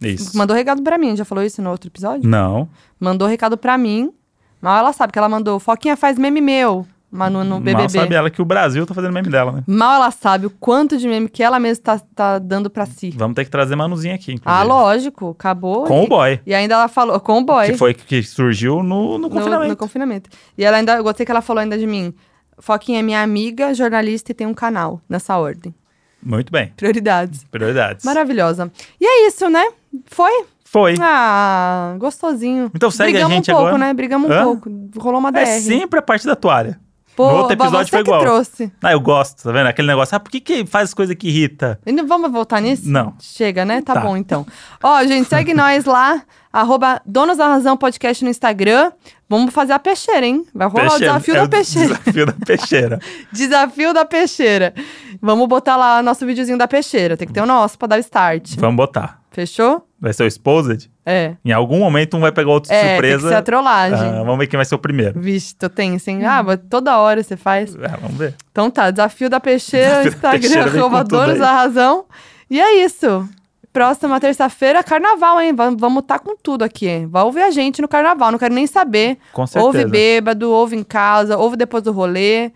B: Isso.
A: Mandou recado pra mim, já falou isso no outro episódio?
B: Não.
A: Mandou recado pra mim. Mal ela sabe que ela mandou. Foquinha faz meme meu, Manu no BBB.
B: Mal sabe ela que o Brasil tá fazendo meme dela, né?
A: Mal ela sabe o quanto de meme que ela mesma tá, tá dando pra si.
B: Vamos ter que trazer Manuzinha aqui,
A: Ah,
B: inclusive.
A: lógico, acabou.
B: Com
A: e,
B: o boy.
A: e ainda ela falou, com o boy.
B: Que foi que surgiu no, no
A: no-
B: confinamento.
A: No, confinamento. E ela ainda, eu gostei que ela falou ainda de mim. Foquinha é minha amiga, jornalista e tem um canal, nessa ordem.
B: Muito bem.
A: Prioridades.
B: Prioridades.
A: Maravilhosa. E é isso, né? Foi?
B: Foi.
A: Ah, gostosinho.
B: Então segue a
A: Brigamos
B: gente
A: um pouco,
B: agora.
A: né? Brigamos um
B: Hã?
A: pouco. Rolou uma DR.
B: é sempre a parte da toalha.
A: Pô,
B: No outro episódio
A: você
B: foi
A: que
B: igual.
A: trouxe.
B: Ah, eu gosto, tá vendo? Aquele negócio, ah, por que, que faz coisa que irrita?
A: E não- Vamos voltar nisso?
B: Não.
A: Chega, né? Tá,
B: Tá.
A: bom, então. Ó, gente, segue nós lá, arroba Donos da Razão Podcast no Instagram. Vamos fazer a peixeira, hein? Vai rolar o desafio
B: é
A: da peixeira.
B: Desafio da peixeira.
A: Desafio da peixeira. Vamos botar lá nosso videozinho da peixeira. Tem que ter o nosso pra dar o start.
B: Vamos botar.
A: Fechou?
B: Vai ser o Exposed?
A: É.
B: Em algum momento um vai pegar o outro de
A: É, tem que
B: surpresa.
A: ser a trollagem.
B: Ah, vamos ver quem vai ser o primeiro.
A: Vixe, tô tensa, hein? Ah, mas toda hora você faz.
B: É, vamos ver.
A: Então tá, desafio da peixeira,
B: Desafio da
A: Instagram,
B: Peixeira, vem com
A: arroba
B: tudo
A: donos
B: aí.
A: da razão. E é isso. Próxima terça-feira, carnaval, hein? Vamos estar com tudo aqui, hein? Vai ouvir a gente no carnaval, não quero nem saber.
B: Com certeza.
A: Ouve bêbado, ouve em casa, ouve depois do rolê.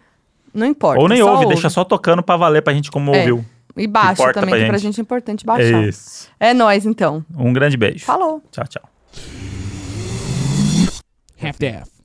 A: Não importa.
B: Ou nem
A: só
B: ouve, deixa só tocando pra valer pra gente como
A: É,
B: ouviu.
A: E baixa
B: Importa
A: também,
B: pra
A: que pra
B: gente.
A: gente é importante
B: É
A: baixar.
B: isso.
A: É, nóis, então.
B: Um grande beijo.
A: Falou.
B: Tchau, tchau.
F: half-daff.